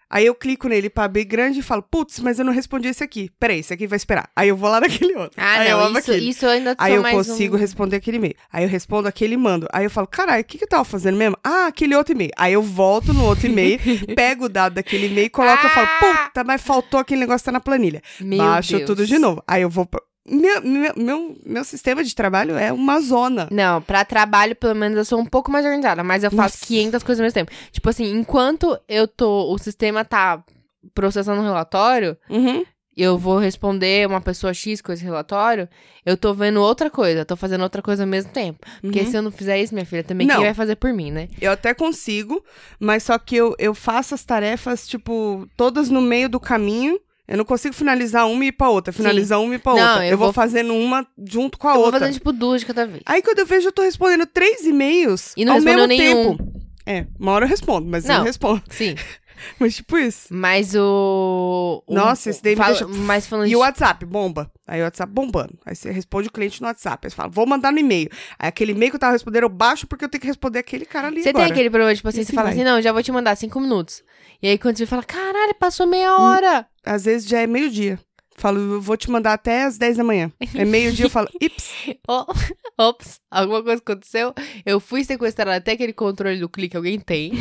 Speaker 1: Aí eu clico nele pra abrir grande e falo, putz, mas eu não respondi esse aqui. Peraí, esse aqui vai esperar. Aí eu vou lá [laughs] naquele outro.
Speaker 2: Ah,
Speaker 1: aí eu
Speaker 2: não,
Speaker 1: abro
Speaker 2: isso,
Speaker 1: aquele.
Speaker 2: isso eu ainda sou
Speaker 1: Aí eu
Speaker 2: mais
Speaker 1: consigo
Speaker 2: um...
Speaker 1: responder aquele e-mail. Aí eu respondo aquele e mando. Aí eu falo, caralho, o que, que eu tava fazendo mesmo? Ah, aquele outro e-mail. Aí eu volto no outro e-mail,
Speaker 2: [laughs]
Speaker 1: pego o dado daquele e-mail, coloco e falo,
Speaker 2: Ah!
Speaker 1: puta, mas faltou aquele negócio que tá na planilha.
Speaker 2: um- Meu
Speaker 1: Baixo
Speaker 2: Deus.
Speaker 1: tudo de novo. Aí eu vou. pra- Meu, meu, meu, meu sistema de trabalho é uma zona.
Speaker 2: Não, pra trabalho, pelo menos, eu sou um pouco mais organizada, mas eu faço
Speaker 1: Nossa.
Speaker 2: 500 coisas ao mesmo tempo. Tipo assim, enquanto eu tô... O sistema tá processando o relatório,
Speaker 1: Uhum.
Speaker 2: eu vou responder uma pessoa X com esse relatório, eu tô vendo outra coisa, tô fazendo outra coisa ao mesmo tempo. Porque se eu não fizer isso, minha filha, também
Speaker 1: Uhum. Não.
Speaker 2: quem vai fazer por mim, né?
Speaker 1: Eu até consigo, mas só que eu, eu faço as tarefas, tipo, todas no meio do caminho. Eu não consigo finalizar uma e ir pra outra, finalizar uma e ir pra
Speaker 2: Não,
Speaker 1: outra.
Speaker 2: eu
Speaker 1: Eu, vou
Speaker 2: vou-
Speaker 1: fazendo uma junto com a
Speaker 2: eu
Speaker 1: outra.
Speaker 2: vou fazendo, tipo, duas de cada vez.
Speaker 1: Aí quando eu vejo, eu tô respondendo três e-mails
Speaker 2: E não
Speaker 1: ao mesmo
Speaker 2: respondeu nenhum.
Speaker 1: tempo. É, uma hora eu respondo, mas eu
Speaker 2: Não.
Speaker 1: não respondo. [laughs]
Speaker 2: Sim.
Speaker 1: Mas tipo isso.
Speaker 2: Mas o... o-
Speaker 1: Nossa, isso daí me
Speaker 2: fala-
Speaker 1: deixa-
Speaker 2: Mas falando
Speaker 1: E
Speaker 2: de...
Speaker 1: o WhatsApp, bomba. Aí o WhatsApp bombando. Aí você responde o cliente no WhatsApp. Aí você fala, vou mandar no e-mail. Aí aquele e-mail que eu tava respondendo, eu baixo porque eu tenho que responder aquele cara ali
Speaker 2: Você
Speaker 1: agora.
Speaker 2: tem aquele problema, tipo assim,
Speaker 1: E
Speaker 2: você
Speaker 1: se
Speaker 2: fala
Speaker 1: vai?
Speaker 2: assim, não, já vou te mandar cinco minutos. E aí quando você fala, caralho, passou meia
Speaker 1: Hum.
Speaker 2: hora.
Speaker 1: Às vezes já é meio-dia. Falo, eu vou te mandar até às 10 da manhã. É meio-dia, eu falo, ips.
Speaker 2: Oh, [laughs] ops, alguma coisa aconteceu. Eu fui sequestrada até aquele controle do clique, alguém tem.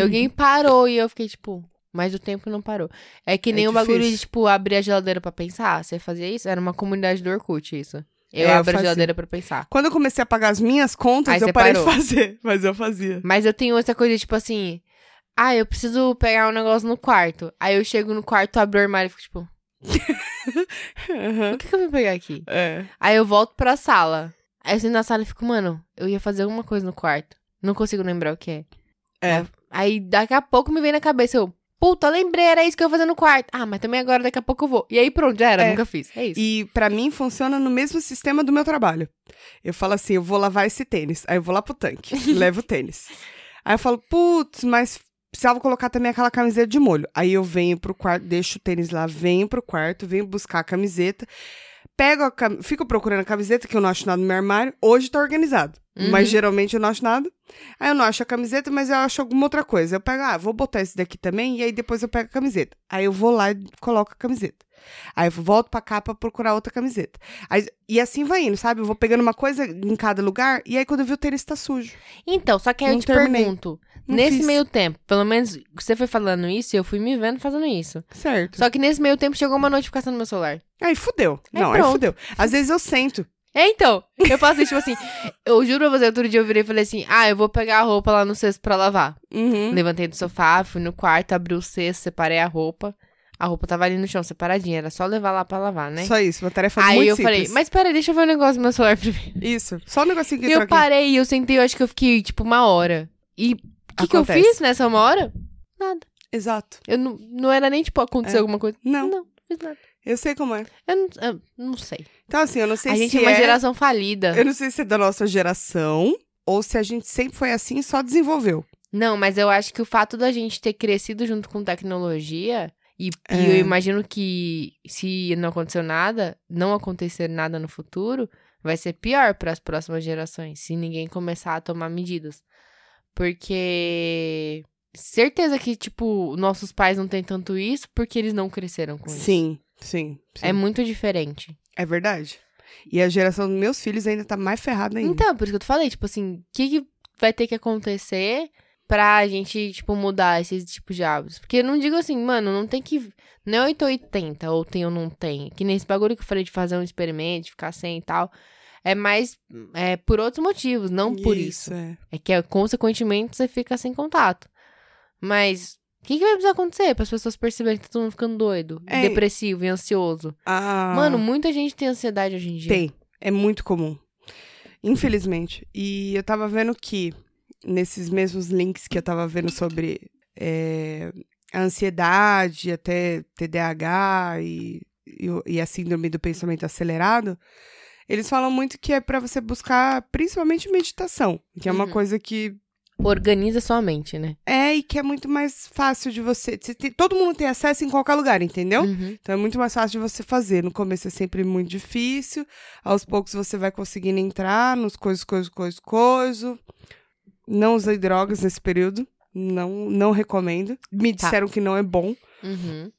Speaker 1: [laughs]
Speaker 2: alguém parou e eu fiquei tipo, mas o tempo não parou. É que
Speaker 1: É
Speaker 2: nem o bagulho de
Speaker 1: difícil.
Speaker 2: tipo abrir a geladeira pra pensar. Você fazia isso? Era uma comunidade do Orkut isso.
Speaker 1: É,
Speaker 2: Eu
Speaker 1: eu
Speaker 2: abro a
Speaker 1: fazia.
Speaker 2: geladeira pra pensar.
Speaker 1: Quando eu comecei a pagar as minhas contas,
Speaker 2: Aí você
Speaker 1: [laughs] eu parei
Speaker 2: parou.
Speaker 1: de fazer. Mas eu fazia. [laughs]
Speaker 2: Mas eu tenho essa coisa tipo assim, Ah, eu preciso pegar um negócio no quarto. Aí eu chego no quarto, abro o armário e fico tipo,
Speaker 1: Aham.
Speaker 2: o que, que eu vou pegar aqui?
Speaker 1: É.
Speaker 2: Aí eu volto pra sala. Aí eu sento na sala e fico, mano, eu ia fazer alguma coisa no quarto. Não consigo lembrar o que é.
Speaker 1: É.
Speaker 2: Aí daqui a pouco me vem na cabeça, eu, puta, lembrei, era isso que eu ia fazer no quarto. Ah, mas também agora daqui a pouco eu vou. E aí pronto, já era,
Speaker 1: É.
Speaker 2: nunca fiz. É isso.
Speaker 1: E pra mim funciona no mesmo sistema do meu trabalho. Eu falo assim, eu vou lavar esse tênis. Aí eu vou lá pro tanque,
Speaker 2: [laughs]
Speaker 1: e levo o tênis. Aí eu falo, putz, mas precisava colocar também aquela camiseta de molho. Aí eu venho pro quarto, deixo o tênis lá, venho pro quarto, venho buscar a camiseta. Pego a cam... Fico procurando a camiseta, que eu não acho nada no meu armário. Hoje tá organizado.
Speaker 2: Uhum.
Speaker 1: Mas geralmente eu não acho nada. Aí eu não acho a camiseta, mas eu acho alguma outra coisa. Eu pego, ah, vou botar esse daqui também, e aí depois eu pego a camiseta. Aí eu vou lá e coloco a camiseta. Aí eu volto pra cá pra procurar outra camiseta. Aí- e assim vai indo, sabe? Eu vou pegando uma coisa em cada lugar, e aí quando eu vi o tênis tá sujo.
Speaker 2: Então, só que aí eu
Speaker 1: Não
Speaker 2: te
Speaker 1: terminei.
Speaker 2: pergunto,
Speaker 1: Não
Speaker 2: nesse
Speaker 1: fiz.
Speaker 2: meio tempo, pelo menos você foi falando isso e eu fui me vendo fazendo isso.
Speaker 1: Certo.
Speaker 2: Só que nesse meio tempo chegou uma notificação no meu celular.
Speaker 1: Aí fudeu.
Speaker 2: Aí
Speaker 1: não, aí
Speaker 2: pronto.
Speaker 1: fudeu. Às vezes eu sento.
Speaker 2: É, então, eu faço isso, tipo assim, eu juro pra você, outro dia eu virei e falei assim, ah, eu vou pegar a roupa lá no cesto pra lavar.
Speaker 1: Uhum.
Speaker 2: Levantei do sofá, fui no quarto, abri o cesto, separei a roupa. A roupa tava ali no chão, separadinha, era só levar lá pra lavar, né?
Speaker 1: Só isso, uma tarefa
Speaker 2: Aí
Speaker 1: muito
Speaker 2: eu falei,
Speaker 1: simples.
Speaker 2: mas peraí, deixa eu ver o negócio do meu celular primeiro.
Speaker 1: Isso, só um negocinho que
Speaker 2: E eu
Speaker 1: entrou aqui.
Speaker 2: parei, eu sentei, eu acho que eu fiquei, tipo, uma hora. E o que, que eu
Speaker 1: Acontece.
Speaker 2: fiz nessa uma hora? Nada.
Speaker 1: Exato.
Speaker 2: Eu não, não era nem, tipo, acontecer
Speaker 1: É.
Speaker 2: alguma coisa.
Speaker 1: Não,
Speaker 2: Não, fiz nada.
Speaker 1: eu sei como é.
Speaker 2: Eu não, eu não sei.
Speaker 1: Então assim, eu não sei
Speaker 2: a
Speaker 1: se
Speaker 2: gente é uma
Speaker 1: é...
Speaker 2: geração falida.
Speaker 1: Eu não sei se é da nossa geração ou se a gente sempre foi assim e só desenvolveu.
Speaker 2: Não, mas eu acho que o fato da gente ter crescido junto com tecnologia, e,
Speaker 1: É.
Speaker 2: e eu imagino que se não aconteceu nada, não acontecer nada no futuro, vai ser pior para as próximas gerações, se ninguém começar a tomar medidas. Porque certeza que, tipo, nossos pais não têm tanto isso porque eles não cresceram com isso.
Speaker 1: Sim, sim. sim.
Speaker 2: É muito diferente.
Speaker 1: É verdade. E a geração dos meus filhos ainda tá mais ferrada ainda.
Speaker 2: Então, por isso que eu te falei, tipo assim, o que, que vai ter que acontecer pra gente, tipo, mudar esses tipos de hábitos? Porque eu não digo assim, mano, não tem que. Não é 880, ou tem ou não tem. Que nem esse bagulho que eu falei de fazer um experimento, de ficar sem e tal. É mais é, por outros motivos, não Então, por isso.
Speaker 1: é.
Speaker 2: É que, consequentemente, você fica sem contato. Mas. O que, que vai precisar acontecer para as pessoas perceberem que tá todo mundo ficando doido,
Speaker 1: É.
Speaker 2: depressivo e ansioso?
Speaker 1: Ah,
Speaker 2: Mano, muita gente tem ansiedade hoje em dia.
Speaker 1: tem. É muito comum. Infelizmente. E eu tava vendo que nesses mesmos links que eu tava vendo sobre é, a ansiedade, até TDAH e, e, o- e a síndrome do pensamento acelerado, eles falam muito que é pra você buscar principalmente meditação, que é uma
Speaker 2: Uhum.
Speaker 1: coisa que
Speaker 2: Organiza sua mente, né?
Speaker 1: é e que é muito mais fácil de você. você tem- todo mundo tem acesso em qualquer lugar, entendeu?
Speaker 2: Uhum.
Speaker 1: Então é muito mais fácil de você fazer. No começo é sempre muito difícil. Aos poucos você vai conseguindo entrar nos coisas, coisas, coisas, coisas. Não usei drogas nesse período. Não, não recomendo. Me
Speaker 2: Tá.
Speaker 1: disseram que não é bom.
Speaker 2: Uhum.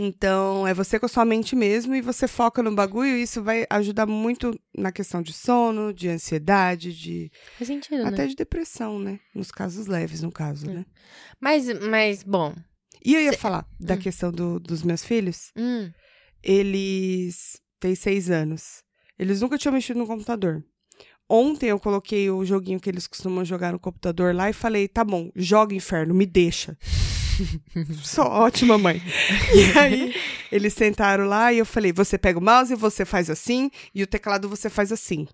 Speaker 1: Então, é você com a sua mente mesmo e você foca no bagulho. E isso vai ajudar muito na questão de sono, de ansiedade, de
Speaker 2: Faz sentido, né?
Speaker 1: até de depressão, né? Nos casos leves, no caso,
Speaker 2: É.
Speaker 1: né?
Speaker 2: Mas, mas, bom.
Speaker 1: E eu ia
Speaker 2: Cê-
Speaker 1: falar da
Speaker 2: Hum.
Speaker 1: questão do- dos meus filhos.
Speaker 2: Hum,
Speaker 1: eles têm seis anos. Eles nunca tinham mexido no computador. Ontem eu coloquei o joguinho que eles costumam jogar no computador lá e falei: tá bom, joga inferno, me deixa. Sou ótima mãe. E aí eles sentaram lá e eu falei: você pega o mouse, você faz assim, e o teclado você faz assim.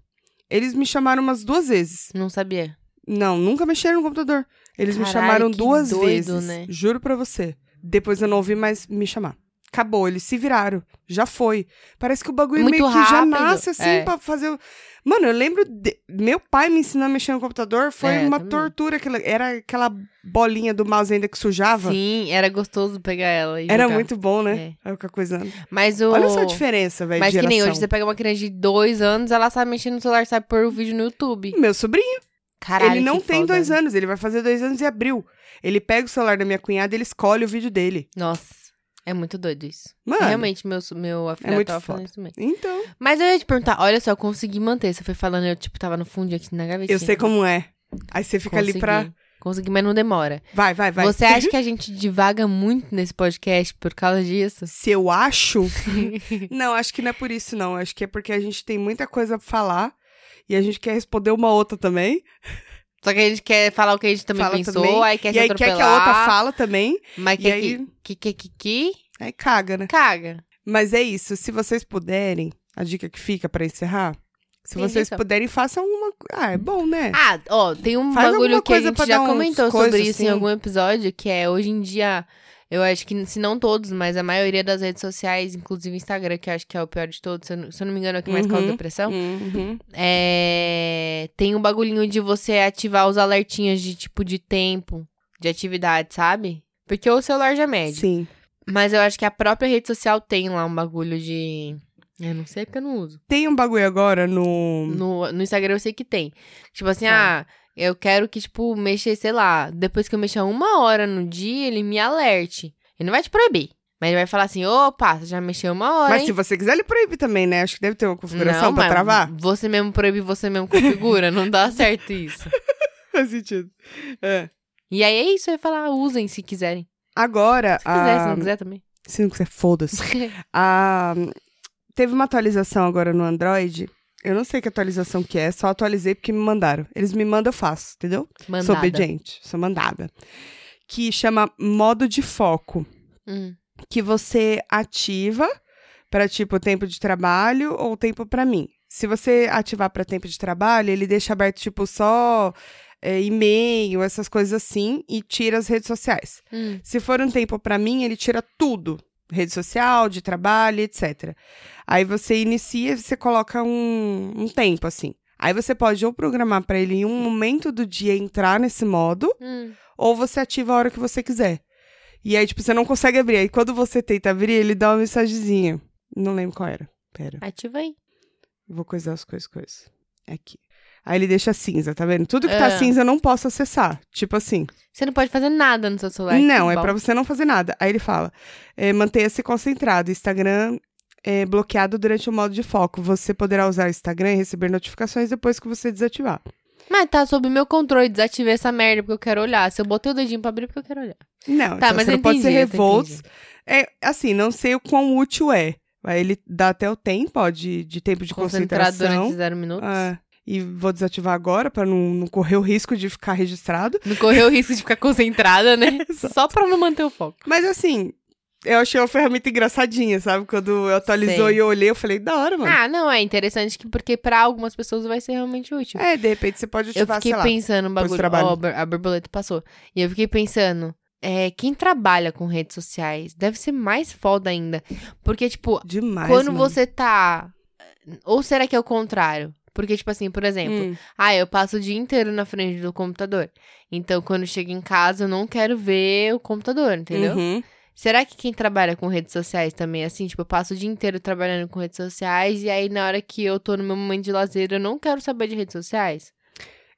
Speaker 1: Eles me chamaram umas duas vezes.
Speaker 2: não sabia.
Speaker 1: Não, nunca mexeram no computador. Eles me
Speaker 2: Caralho,
Speaker 1: chamaram
Speaker 2: que
Speaker 1: duas
Speaker 2: doido,
Speaker 1: vezes.
Speaker 2: né?
Speaker 1: Juro pra você. Depois eu não ouvi mais me chamar. Acabou, eles se viraram. Já foi. Parece que o bagulho
Speaker 2: Muito
Speaker 1: meio que já
Speaker 2: rápido,
Speaker 1: nasce assim
Speaker 2: é.
Speaker 1: pra fazer. o- Mano, eu lembro. de- Meu pai me ensinou a mexer no computador. Foi
Speaker 2: É,
Speaker 1: uma
Speaker 2: também.
Speaker 1: tortura. Aquela... Era aquela bolinha do mouse ainda que sujava.
Speaker 2: Sim, então. era gostoso pegar ela. E
Speaker 1: Era
Speaker 2: jogar.
Speaker 1: muito bom, né? Aí eu fiquei coisando.
Speaker 2: Mas o.
Speaker 1: Olha só a diferença, velho.
Speaker 2: Mas
Speaker 1: de
Speaker 2: que nem hoje
Speaker 1: geração.
Speaker 2: você pega uma criança de dois anos, ela sabe mexer no celular, sabe pôr o vídeo no YouTube.
Speaker 1: Meu sobrinho,
Speaker 2: Caralho.
Speaker 1: ele não
Speaker 2: que
Speaker 1: tem
Speaker 2: foda. né?
Speaker 1: dois anos, ele vai fazer dois anos em abril. Ele pega o celular da minha cunhada, ele escolhe o vídeo dele.
Speaker 2: Nossa, é muito doido isso.
Speaker 1: Mano, É
Speaker 2: Realmente, meu, meu afilhado
Speaker 1: muito
Speaker 2: tava
Speaker 1: foda.
Speaker 2: falando isso mesmo.
Speaker 1: então.
Speaker 2: Mas eu ia te perguntar, olha só, eu consegui manter. Você foi falando, eu, tipo, tava no fundo aqui na gaveta.
Speaker 1: Eu sei como é. Aí você fica ali pra.
Speaker 2: Consegui, mas não demora.
Speaker 1: Vai, vai, vai.
Speaker 2: Você acha que a gente divaga muito nesse podcast por causa disso?
Speaker 1: [laughs] Se eu
Speaker 2: [laughs]
Speaker 1: acho. não, acho que não é por isso, não. Acho que é porque a gente tem muita coisa pra falar e a gente quer responder uma outra também.
Speaker 2: Só que a gente quer falar o que a gente também
Speaker 1: Fala
Speaker 2: pensou,
Speaker 1: também.
Speaker 2: aí quer
Speaker 1: e
Speaker 2: se
Speaker 1: aí
Speaker 2: atropelar.
Speaker 1: quer que a outra fala também,
Speaker 2: Mas
Speaker 1: e
Speaker 2: quer
Speaker 1: aí-
Speaker 2: que, que, que, que, que
Speaker 1: aí caga, né?
Speaker 2: caga.
Speaker 1: Mas é isso, se vocês puderem, a dica que fica pra encerrar, se
Speaker 2: Tem
Speaker 1: vocês
Speaker 2: dica?
Speaker 1: puderem, façam uma... Ah, é bom, né?
Speaker 2: então. Ah, ó, tem um
Speaker 1: Faz alguma
Speaker 2: bagulho que a
Speaker 1: coisa
Speaker 2: gente
Speaker 1: pra
Speaker 2: já
Speaker 1: dar uns
Speaker 2: comentou sobre
Speaker 1: coisas,
Speaker 2: isso em
Speaker 1: assim.
Speaker 2: algum episódio, que é hoje em dia, eu acho que, se não todos, mas a maioria das redes sociais, inclusive Instagram, que eu acho que é o pior de todos, se eu não, se eu não me engano é o que mais causa
Speaker 1: Uhum.
Speaker 2: depressão,
Speaker 1: Uhum.
Speaker 2: é, tem um bagulhinho de você ativar os alertinhos de tipo de tempo, de atividade, sabe? Porque o celular já mede.
Speaker 1: Sim.
Speaker 2: Mas eu acho que a própria rede social tem lá um bagulho de. Eu não sei porque eu não uso.
Speaker 1: Tem um bagulho agora no...
Speaker 2: No, no Instagram eu sei que tem. Tipo assim,
Speaker 1: Hum. Tá.
Speaker 2: ah, eu quero que, tipo, mexa, sei lá, depois que eu mexer uma hora no dia, ele me alerte. Ele não vai te proibir. Mas ele vai falar assim, opa, você já mexeu uma hora.
Speaker 1: Mas
Speaker 2: hein?
Speaker 1: se você quiser, ele proíbe também, né? Acho que deve ter uma configuração
Speaker 2: não,
Speaker 1: pra
Speaker 2: mas
Speaker 1: travar.
Speaker 2: Você mesmo proíbe, você mesmo configura.
Speaker 1: [laughs]
Speaker 2: não dá certo isso.
Speaker 1: Faz sentido. É.
Speaker 2: E aí é isso, eu ia falar, usem se quiserem.
Speaker 1: Agora,
Speaker 2: Se né? quiser, se
Speaker 1: a...
Speaker 2: não quiser também. [laughs]
Speaker 1: se não quiser, foda-se. A- Teve uma atualização agora no Android. Eu não sei que atualização que é, só atualizei porque me mandaram. Eles me mandam, eu faço, entendeu? Sou
Speaker 2: Mandada.
Speaker 1: obediente, sou mandada. Que chama modo de foco.
Speaker 2: Hum.
Speaker 1: Que você ativa para tipo tempo de trabalho ou tempo para mim. Se você ativar para tempo de trabalho, ele deixa aberto tipo só é, e-mail, essas coisas assim, e tira as redes sociais.
Speaker 2: Hum.
Speaker 1: Se for um tempo pra mim, ele tira tudo. Rede social, de trabalho, etc. Aí você inicia e você coloca um, um tempo, assim. Aí você pode ou programar pra ele em um momento do dia entrar nesse modo,
Speaker 2: Hum.
Speaker 1: ou você ativa a hora que você quiser. E aí, tipo, você não consegue abrir. Aí quando você tenta abrir, ele dá uma mensagenzinha. Não lembro qual era. Pera.
Speaker 2: Ativa aí.
Speaker 1: Vou coisar as coisas, coisas. Aqui. Aí ele deixa cinza, tá vendo? Tudo que tá
Speaker 2: Ah.
Speaker 1: cinza eu não posso acessar. Tipo assim.
Speaker 2: Você não pode fazer nada no seu celular.
Speaker 1: Não,
Speaker 2: que
Speaker 1: é
Speaker 2: bom.
Speaker 1: pra você não fazer nada. Aí ele fala: é, mantenha-se concentrado. Instagram é bloqueado durante o modo de foco. Você poderá usar o Instagram e receber notificações depois que você desativar.
Speaker 2: Mas tá sob meu controle, desativei essa merda porque eu quero olhar. Se eu botei o dedinho pra abrir, porque eu quero olhar.
Speaker 1: Não,
Speaker 2: Tá,
Speaker 1: então
Speaker 2: mas
Speaker 1: você
Speaker 2: eu
Speaker 1: não pode ser
Speaker 2: entendi, eu tô
Speaker 1: revoltos.
Speaker 2: entendi.
Speaker 1: É, assim, não sei o quão útil é. Aí ele dá até o tempo ó, de, de tempo de
Speaker 2: Concentrado
Speaker 1: concentração.
Speaker 2: durante zero minutos.
Speaker 1: Ah, e vou desativar agora pra não, não correr o risco de ficar registrado.
Speaker 2: Não correu o risco de ficar concentrada,
Speaker 1: [laughs]
Speaker 2: né? Só pra não manter o foco.
Speaker 1: Mas assim, eu achei uma ferramenta engraçadinha, sabe? Quando eu atualizou
Speaker 2: Sei.
Speaker 1: e eu olhei, eu falei, da hora, mano.
Speaker 2: Ah, não, é interessante que porque pra algumas pessoas vai ser realmente útil.
Speaker 1: É, de repente você pode
Speaker 2: tipo, eu
Speaker 1: ativar,
Speaker 2: fiquei
Speaker 1: sei lá.
Speaker 2: pensando no
Speaker 1: depois do
Speaker 2: bagulho.
Speaker 1: trabalho.
Speaker 2: Ó, a bor- a borboleta passou. E eu fiquei pensando, é, quem trabalha com redes sociais deve ser mais foda ainda. Porque, tipo,
Speaker 1: Demais,
Speaker 2: quando
Speaker 1: mano.
Speaker 2: você tá. Ou será que é o contrário? Porque, tipo assim, por exemplo,
Speaker 1: Hum.
Speaker 2: Ah, eu passo o dia inteiro na frente do computador. Então, quando chego em casa, eu não quero ver o computador, entendeu?
Speaker 1: Uhum.
Speaker 2: Será que quem trabalha com redes sociais também é assim? Tipo, eu passo o dia inteiro trabalhando com redes sociais e aí na hora que eu tô no meu momento de lazer, eu não quero saber de redes sociais?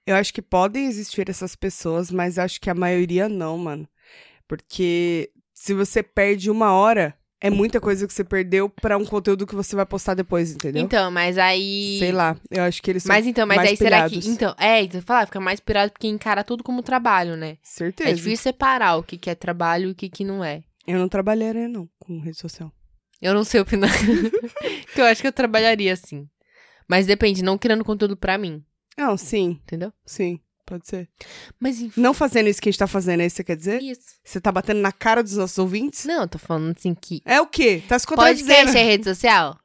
Speaker 1: Eu acho que podem existir essas pessoas, mas acho que a maioria não, mano. Porque se você perde uma hora, é muita coisa que você perdeu pra um conteúdo que você vai postar depois, entendeu?
Speaker 2: Então, mas aí...
Speaker 1: Sei lá, eu acho que eles são...
Speaker 2: Mas então, mas
Speaker 1: mais
Speaker 2: aí será
Speaker 1: pilhados.
Speaker 2: que... Então, é, então, eu ia falar, fica mais pirado porque encara tudo como trabalho, né?
Speaker 1: Certeza.
Speaker 2: É difícil separar o que, que é trabalho e o que, que não é.
Speaker 1: Eu não trabalharia, não, com rede social.
Speaker 2: Eu não [laughs] sei opinar. que eu acho que eu trabalharia assim. Mas depende, não criando conteúdo pra mim,
Speaker 1: Não, sim,
Speaker 2: entendeu?
Speaker 1: sim, pode ser.
Speaker 2: Mas enfim,
Speaker 1: Não fazendo isso que a gente tá fazendo, é isso que você quer dizer?
Speaker 2: isso.
Speaker 1: Você tá batendo na cara dos nossos ouvintes?
Speaker 2: Não, eu tô falando assim que.
Speaker 1: É o quê? Tá se contradizendo?
Speaker 2: Podcast é rede social?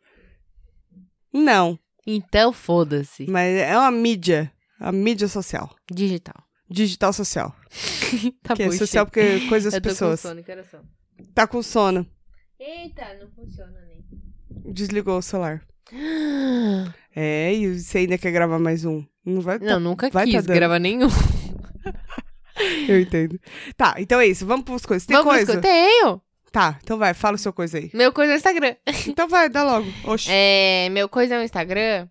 Speaker 1: Não,
Speaker 2: Então foda-se.
Speaker 1: mas é uma mídia, a mídia social.
Speaker 2: Digital.
Speaker 1: Digital social.
Speaker 2: [laughs] Tá
Speaker 1: que
Speaker 2: bom.
Speaker 1: é social
Speaker 2: chega.
Speaker 1: porque é coisa das
Speaker 2: [laughs] eu tô
Speaker 1: pessoas.
Speaker 2: com sono, que horas são?
Speaker 1: tá com sono.
Speaker 2: Eita, não funciona né?
Speaker 1: [gasps]
Speaker 2: nem.
Speaker 1: Desligou o celular. É, e você ainda quer gravar mais um. Não vai.
Speaker 2: Não, nunca
Speaker 1: vai tá
Speaker 2: quis
Speaker 1: dando.
Speaker 2: gravar nenhum.
Speaker 1: [laughs] Eu entendo. Tá, então é isso. Vamos pros coisas. Tem
Speaker 2: Vamos
Speaker 1: coisa?
Speaker 2: escutar. Tenho!
Speaker 1: Tá, então vai, fala o seu coisa aí.
Speaker 2: Meu coisa é o Instagram.
Speaker 1: Então vai, dá logo. Oxi.
Speaker 2: É, meu coisa é o Instagram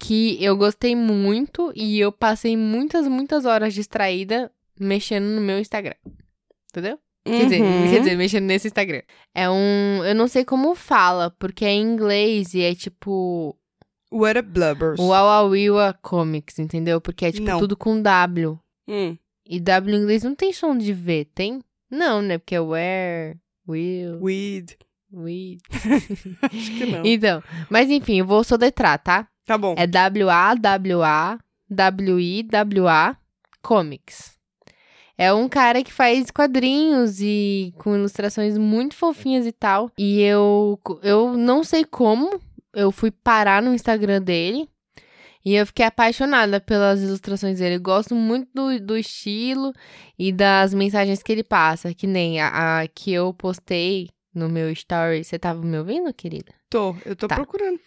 Speaker 2: que eu gostei muito e eu passei muitas, muitas horas distraída mexendo no meu Instagram. Entendeu? Quer dizer,
Speaker 1: Uhum.
Speaker 2: quer dizer, mexendo nesse Instagram. É um. Eu não sei como fala, porque é em inglês e é tipo.
Speaker 1: What a blubbers.
Speaker 2: Wawawiwa Comics, entendeu? Porque é tipo
Speaker 1: Não.
Speaker 2: tudo com W.
Speaker 1: Hum.
Speaker 2: E W em inglês não tem som de V, tem? Não, né? Porque é where, will,
Speaker 1: Weed.
Speaker 2: we.
Speaker 1: Acho que não.
Speaker 2: [laughs] Então, mas enfim, eu vou soletrar, tá?
Speaker 1: Tá bom.
Speaker 2: É W-A-W-A-W-I-W-A Comics. É um cara que faz quadrinhos e com ilustrações muito fofinhas e tal. E eu, eu não sei como, eu fui parar no Instagram dele. E eu fiquei apaixonada pelas ilustrações dele. Eu gosto muito do, do estilo e das mensagens que ele passa. Que nem a, a que eu postei no meu story. Você tava me ouvindo, querida?
Speaker 1: Tô, eu tô
Speaker 2: Tá.
Speaker 1: procurando.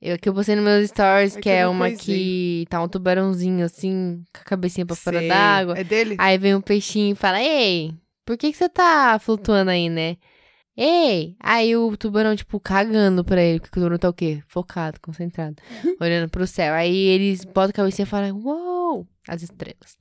Speaker 2: Eu que eu postei nos meus stories,
Speaker 1: É
Speaker 2: que é
Speaker 1: aquele
Speaker 2: uma
Speaker 1: coisinho.
Speaker 2: que tá um tubarãozinho assim, com a cabecinha pra fora
Speaker 1: Sei.
Speaker 2: d'água.
Speaker 1: É dele?
Speaker 2: Aí vem um peixinho e fala: Ei, por que, que você tá flutuando aí, né? Ei! Aí o tubarão, tipo, cagando pra ele, porque o tubarão tá o quê? Focado, concentrado,
Speaker 1: [laughs]
Speaker 2: olhando pro céu. Aí eles botam a cabecinha e falam: Uou! As estrelas.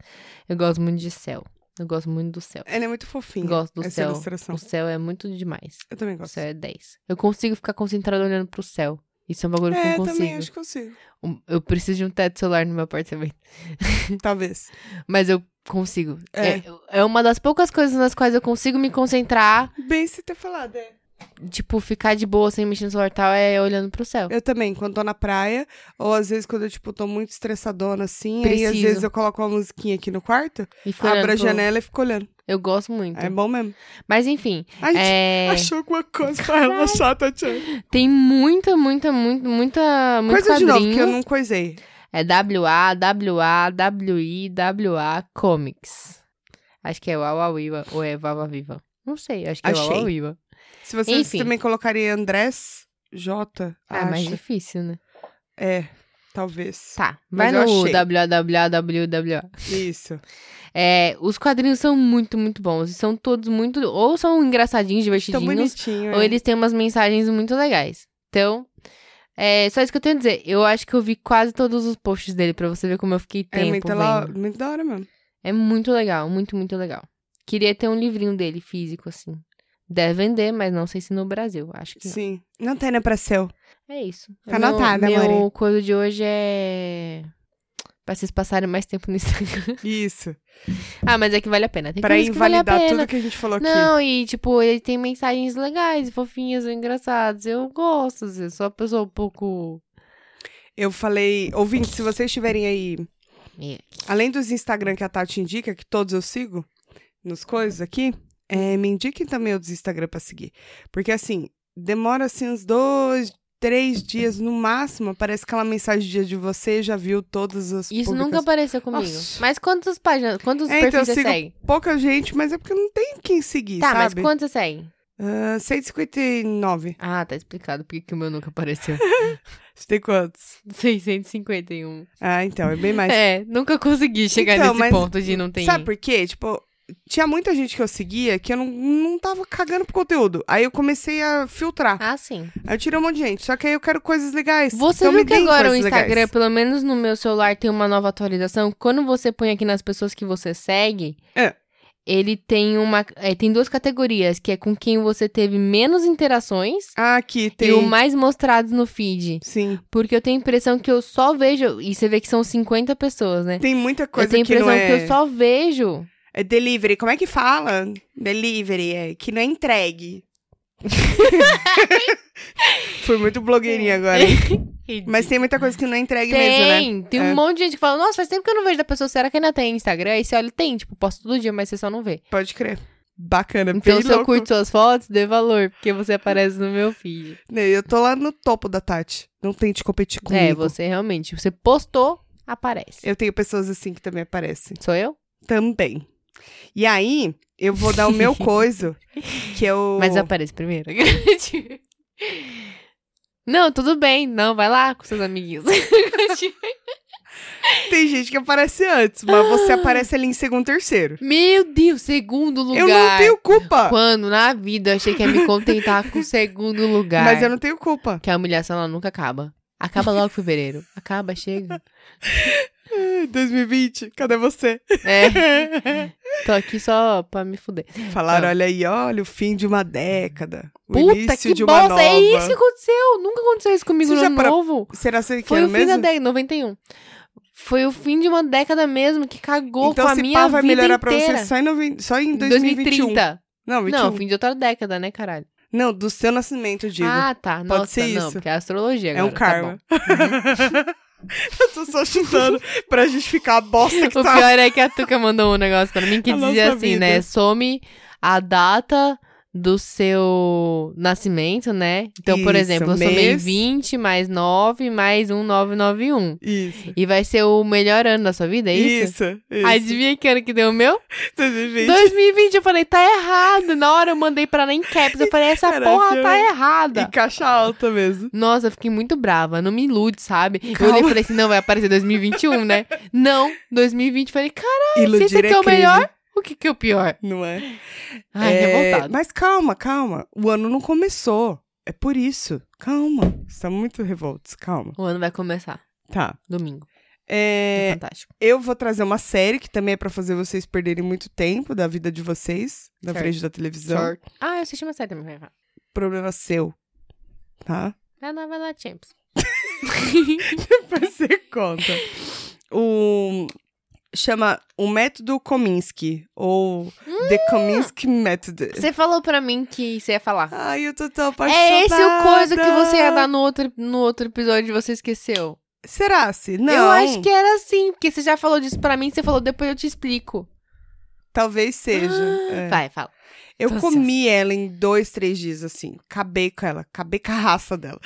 Speaker 2: Eu gosto muito de céu. Eu gosto muito do céu.
Speaker 1: Ele é muito fofinho.
Speaker 2: Gosto do
Speaker 1: essa
Speaker 2: céu.
Speaker 1: ilustração.
Speaker 2: O céu é muito demais.
Speaker 1: Eu também
Speaker 2: O
Speaker 1: gosto.
Speaker 2: céu é 10. Eu consigo ficar concentrado olhando pro céu. Isso é um bagulho que eu
Speaker 1: É,
Speaker 2: não
Speaker 1: também
Speaker 2: consigo.
Speaker 1: acho que consigo.
Speaker 2: Um- Eu preciso de um teto solar no meu apartamento. [laughs]
Speaker 1: Talvez.
Speaker 2: Mas eu consigo.
Speaker 1: É.
Speaker 2: É. é uma das poucas coisas nas quais eu consigo me concentrar.
Speaker 1: Bem se ter falado, é.
Speaker 2: Tipo, ficar de boa sem mexer no celular e tal é olhando pro céu.
Speaker 1: Eu também, quando tô na praia, ou às vezes quando eu, tipo, tô muito estressadona assim, aí às
Speaker 2: Preciso.
Speaker 1: vezes eu coloco uma musiquinha aqui no quarto,
Speaker 2: E fico olhando
Speaker 1: abro a
Speaker 2: pro-
Speaker 1: janela e fico olhando.
Speaker 2: Eu gosto muito.
Speaker 1: É bom mesmo.
Speaker 2: Mas enfim,
Speaker 1: A gente [laughs]
Speaker 2: é,
Speaker 1: achou alguma coisa pra relaxar, Tatiana.
Speaker 2: tem muita, muita, muito, muita, muito
Speaker 1: Coisa de novo
Speaker 2: quadrinho.
Speaker 1: que eu não coisei.
Speaker 2: É WA, WA, WI, WA Comics. Acho que é Wawa Wiwa ou é Wawa Viva. Não sei, acho que é
Speaker 1: Achei.
Speaker 2: Wawa Wiwa.
Speaker 1: Se vocês
Speaker 2: Enfim.
Speaker 1: também colocarem Andrés J,
Speaker 2: Ah,
Speaker 1: acho.
Speaker 2: mais difícil, né?
Speaker 1: É, talvez.
Speaker 2: Tá, vai
Speaker 1: Mas eu
Speaker 2: no
Speaker 1: achei.
Speaker 2: WWWWA.
Speaker 1: Isso.
Speaker 2: É, os quadrinhos são muito, muito bons. E São todos muito. Ou são engraçadinhos,
Speaker 1: Tão
Speaker 2: divertidinhos,
Speaker 1: bonitinho.
Speaker 2: ou
Speaker 1: é.
Speaker 2: eles têm umas mensagens muito legais. Então, é só isso que eu tenho a dizer. Eu acho que eu vi quase todos os posts dele pra você ver como eu fiquei
Speaker 1: É
Speaker 2: tempo.
Speaker 1: muito, la-
Speaker 2: vendo.
Speaker 1: muito da hora mesmo.
Speaker 2: É muito legal, muito, muito legal. Queria ter um livrinho dele físico, assim. Deve vender, mas não sei se no Brasil. Acho que não.
Speaker 1: Sim. Não tem, né, pra
Speaker 2: [laughs]
Speaker 1: seu.
Speaker 2: É isso.
Speaker 1: Tá
Speaker 2: Meu-
Speaker 1: anotada,
Speaker 2: Meu
Speaker 1: amore.
Speaker 2: coisa de hoje é. Pra vocês passarem mais tempo no Instagram. [laughs]
Speaker 1: Isso.
Speaker 2: Ah, mas é que vale a pena. Tem
Speaker 1: Pra
Speaker 2: coisas que vale a
Speaker 1: invalidar
Speaker 2: pena.
Speaker 1: tudo que a gente falou aqui.
Speaker 2: Não, e tipo, ele tem mensagens legais, fofinhas, engraçadas. Eu gosto, assim, sou uma pessoa um pouco.
Speaker 1: Eu falei, ouvintes, se vocês tiverem aí
Speaker 2: É.
Speaker 1: Além dos Instagram que a Tati indica, que todos eu sigo, nos coisas aqui, é, me indiquem também outros Instagram pra seguir. Porque assim, demora assim uns dois, três dias no máximo, aparece aquela mensagem de dia de você, já viu todas as
Speaker 2: Isso
Speaker 1: publicações.
Speaker 2: nunca apareceu comigo.
Speaker 1: Nossa.
Speaker 2: Mas quantas páginas, quantos
Speaker 1: É, então, eu
Speaker 2: perfis você
Speaker 1: sigo
Speaker 2: segue?
Speaker 1: Pouca gente, mas é porque não tem quem seguir,
Speaker 2: Tá, mas
Speaker 1: sabe?
Speaker 2: quantos você segue?
Speaker 1: Ah, 159.
Speaker 2: Ah, tá explicado porque que o meu nunca apareceu.
Speaker 1: [laughs] Você tem quantos?
Speaker 2: 651.
Speaker 1: Ah, então, é bem mais.
Speaker 2: É, nunca consegui chegar
Speaker 1: Então,
Speaker 2: nesse
Speaker 1: mas
Speaker 2: ponto de não ter.
Speaker 1: Sabe por quê? Tipo, tinha muita gente que eu seguia que eu não, não tava cagando pro conteúdo. Aí eu comecei a filtrar.
Speaker 2: Ah, sim.
Speaker 1: Aí Eu tirei um monte de gente, só que aí eu quero coisas legais.
Speaker 2: Você
Speaker 1: então me
Speaker 2: viu que
Speaker 1: deem
Speaker 2: agora o
Speaker 1: coisas
Speaker 2: Instagram,
Speaker 1: legais.
Speaker 2: pelo menos no meu celular, tem uma nova atualização? Quando você põe aqui nas pessoas que você segue,
Speaker 1: É.
Speaker 2: ele tem uma. é, tem duas categorias, que é com quem você teve menos interações
Speaker 1: Ah, aqui tem.
Speaker 2: e o mais mostrados no feed.
Speaker 1: Sim.
Speaker 2: Porque eu tenho a impressão que eu só vejo. E você vê que são 50 pessoas, né?
Speaker 1: Tem muita coisa
Speaker 2: eu tenho a
Speaker 1: que não
Speaker 2: impressão
Speaker 1: é...
Speaker 2: que eu só vejo.
Speaker 1: é delivery. Como é que fala? Delivery, é que não é
Speaker 2: [laughs]
Speaker 1: entregue. Fui muito blogueirinha agora. hein? Mas tem muita coisa que não é entregue mesmo, né?
Speaker 2: Tem, tem um
Speaker 1: É.
Speaker 2: monte de gente que fala, nossa, faz tempo que eu não vejo da pessoa, será que ainda tem Instagram? Aí você olha, tem, tipo, posto todo dia, mas você só não vê.
Speaker 1: Pode crer. Bacana,
Speaker 2: Então,
Speaker 1: É bem
Speaker 2: se eu
Speaker 1: louco.
Speaker 2: curto suas fotos, dê valor, porque você aparece no meu feed.
Speaker 1: Né, Eu tô lá no topo da Tati. Não tente competir comigo.
Speaker 2: É, você realmente, você postou, aparece.
Speaker 1: Eu tenho pessoas assim que também aparecem.
Speaker 2: Sou eu?
Speaker 1: Também. E aí, eu vou dar o
Speaker 2: [laughs]
Speaker 1: meu coiso, que é o...
Speaker 2: Mas aparece primeiro. [laughs] não, tudo bem. Não, vai lá com
Speaker 1: [laughs]
Speaker 2: seus amiguinhos.
Speaker 1: Tem gente que aparece antes, mas
Speaker 2: Ah.
Speaker 1: você aparece ali em segundo, terceiro.
Speaker 2: meu Deus, segundo lugar.
Speaker 1: Eu não tenho culpa.
Speaker 2: Quando na vida eu achei que ia me contentar com o segundo lugar.
Speaker 1: Mas eu não tenho culpa.
Speaker 2: Que a humilhação ela nunca acaba. Acaba logo em fevereiro.
Speaker 1: [laughs]
Speaker 2: Acaba, chega.
Speaker 1: Ai, 2020, cadê você?
Speaker 2: É, tô aqui só pra me fuder.
Speaker 1: Falaram,
Speaker 2: Não.
Speaker 1: olha aí, olha o fim de uma década. O
Speaker 2: Puta
Speaker 1: início
Speaker 2: que
Speaker 1: de uma
Speaker 2: bosta!
Speaker 1: nova.
Speaker 2: É isso que aconteceu! Nunca aconteceu isso comigo
Speaker 1: Você
Speaker 2: no
Speaker 1: já
Speaker 2: ano
Speaker 1: parou-
Speaker 2: novo.
Speaker 1: Será que é
Speaker 2: Foi o fim da
Speaker 1: mesmo?
Speaker 2: década, 91. Foi o fim de uma década mesmo que cagou
Speaker 1: Então
Speaker 2: com a
Speaker 1: se
Speaker 2: minha
Speaker 1: pá vai
Speaker 2: vida
Speaker 1: melhorar
Speaker 2: inteira.
Speaker 1: pra você só em, novi... só em 2021.
Speaker 2: 2030.
Speaker 1: Não, 21.
Speaker 2: Não,
Speaker 1: Não,
Speaker 2: fim de outra década, né, caralho?
Speaker 1: do seu nascimento, eu digo.
Speaker 2: Ah, tá.
Speaker 1: Pode
Speaker 2: Nossa,
Speaker 1: ser
Speaker 2: não,
Speaker 1: isso. [laughs]
Speaker 2: porque é astrologia
Speaker 1: é
Speaker 2: agora.
Speaker 1: um
Speaker 2: tá
Speaker 1: karma. [laughs] Eu tô só chutando pra justificar a bosta que
Speaker 2: O
Speaker 1: tá.
Speaker 2: pior é que a Tuca mandou um negócio pra mim
Speaker 1: [laughs]
Speaker 2: que
Speaker 1: A
Speaker 2: dizia
Speaker 1: nossa
Speaker 2: assim,
Speaker 1: vida.
Speaker 2: né? Some a data do seu nascimento, né? Então, por
Speaker 1: Isso,
Speaker 2: exemplo, eu somei
Speaker 1: mês.
Speaker 2: 20 mais 9 mais 1991.
Speaker 1: Isso.
Speaker 2: E vai ser o melhor ano da sua vida, é
Speaker 1: Isso.
Speaker 2: isso?
Speaker 1: isso.
Speaker 2: Adivinha que ano que deu o meu?
Speaker 1: 2020.
Speaker 2: 2020. Eu falei, tá errado. Na hora eu mandei pra ela em caps. Eu falei, essa
Speaker 1: Era
Speaker 2: porra
Speaker 1: seu-
Speaker 2: tá errada.
Speaker 1: Em caixa alta mesmo.
Speaker 2: Nossa, eu fiquei muito brava, não me ilude, sabe? Eu
Speaker 1: Calma.
Speaker 2: olhei e falei assim, não, vai aparecer 2021, né? não, 2020. Falei, cara,
Speaker 1: Iludir
Speaker 2: esse aqui é o
Speaker 1: crime,
Speaker 2: melhor? o que que é o pior?
Speaker 1: Não é?
Speaker 2: Ai,
Speaker 1: É,
Speaker 2: revoltado.
Speaker 1: Mas calma, calma. O ano não começou. É por isso. Calma. Estamos muito revoltos. Calma.
Speaker 2: O ano vai começar,
Speaker 1: Tá.
Speaker 2: domingo. É,
Speaker 1: É,
Speaker 2: fantástico.
Speaker 1: eu vou trazer uma série que também é pra fazer vocês perderem muito tempo da vida de vocês, na
Speaker 2: Certo.
Speaker 1: frente da televisão.
Speaker 2: Short. Ah, eu assisti uma série também. vai lá.
Speaker 1: Problema seu. Tá?
Speaker 2: Vai lá, vai lá, Champs.
Speaker 1: [laughs] Depois você conta. O. Chama o método Kominsky, ou The
Speaker 2: Hum.
Speaker 1: Kominsky Method.
Speaker 2: Você falou pra mim que você ia falar.
Speaker 1: Ai, eu tô tão apaixonada.
Speaker 2: É esse o coisa que você ia dar no outro, no outro episódio e você esqueceu.
Speaker 1: Será se? Não.
Speaker 2: Eu acho que era assim, porque você já falou disso pra mim, você falou, depois eu te explico. Ah,
Speaker 1: Talvez seja. é.
Speaker 2: Vai, fala.
Speaker 1: Eu
Speaker 2: Tô
Speaker 1: comi ela em dois, três dias, assim. Acabei com ela, acabei com a raça dela.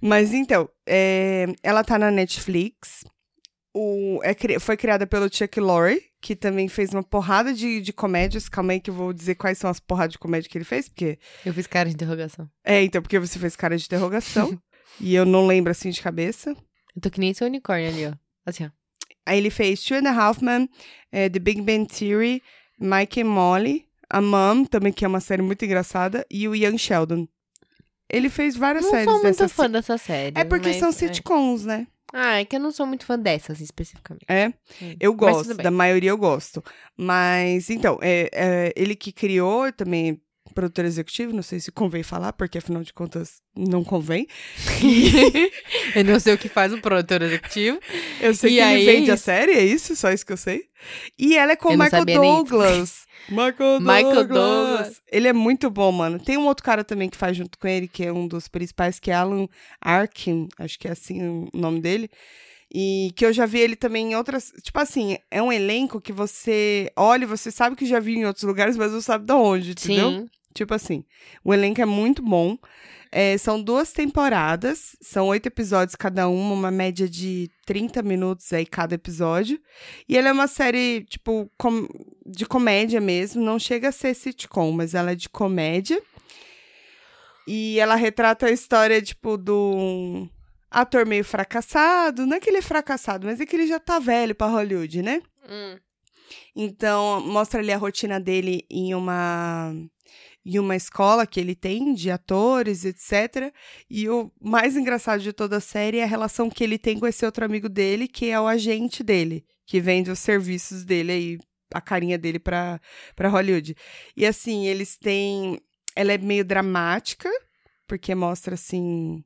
Speaker 1: Mas então, é, ela tá na Netflix. O, é cri- foi criada pelo Chuck Lorre, que também fez uma porrada de, de comédias. Calma aí que eu vou dizer quais são as porradas de comédia que ele fez, porque.
Speaker 2: Eu fiz cara de interrogação.
Speaker 1: É, então, porque você fez cara de interrogação. e eu não lembro assim de cabeça.
Speaker 2: Eu tô que nem esse unicórnio ali, ó. Assim, ó.
Speaker 1: Aí ele fez Two and a Half Men, eh, The Big Bang Theory, Mike and Molly, A Mom, também que é uma série muito engraçada, e o Young Sheldon. Ele fez várias
Speaker 2: Não
Speaker 1: séries
Speaker 2: sou muito
Speaker 1: dessas.
Speaker 2: fã dessa série.
Speaker 1: É porque
Speaker 2: mas-
Speaker 1: são
Speaker 2: é.
Speaker 1: sitcoms, né?
Speaker 2: Ah, é que eu não sou muito fã dessas especificamente. [laughs]
Speaker 1: É.
Speaker 2: Hum.
Speaker 1: Eu
Speaker 2: Mas tudo
Speaker 1: gosto,
Speaker 2: bem.
Speaker 1: da maioria eu gosto. Mas, então, é, é, ele que criou também é produtor executivo, não sei se convém falar, porque afinal de contas não convém.
Speaker 2: eu não sei o que faz o produtor executivo.
Speaker 1: Eu sei
Speaker 2: E
Speaker 1: que
Speaker 2: aí é
Speaker 1: ele vende a
Speaker 2: isso.
Speaker 1: série, é isso? Só isso que eu sei. E ela é com
Speaker 2: Eu
Speaker 1: o
Speaker 2: não
Speaker 1: Michael
Speaker 2: sabia nem isso.
Speaker 1: Douglas. Michael Douglas.
Speaker 2: [laughs] Michael Douglas.
Speaker 1: Ele é muito bom, mano. Tem um outro cara também que faz junto com ele, que é um dos principais, que é Alan Arkin, acho que é assim o nome dele. E que eu já vi ele também em outras. Tipo assim, é um elenco que você olha, e você sabe que já viu em outros lugares, mas não sabe de onde, entendeu?
Speaker 2: Sim.
Speaker 1: Tipo assim, o elenco é muito bom. É, são duas temporadas, são oito episódios cada uma, uma média de 30 minutos aí cada episódio. E ela é uma série, tipo, com- de comédia mesmo, não chega a ser sitcom, mas ela é de comédia. E ela retrata a história, tipo, do ator meio fracassado. Não é que ele é fracassado, mas é que ele já tá velho pra Hollywood, né?
Speaker 2: Hum.
Speaker 1: Então, mostra ali a rotina dele em uma em uma escola que ele tem de atores, etc. E o mais engraçado de toda a série é a relação que ele tem com esse outro amigo dele, que é o agente dele, que vende os serviços dele aí, a carinha dele pra, pra Hollywood. E assim, eles têm. Ela é meio dramática, porque mostra assim.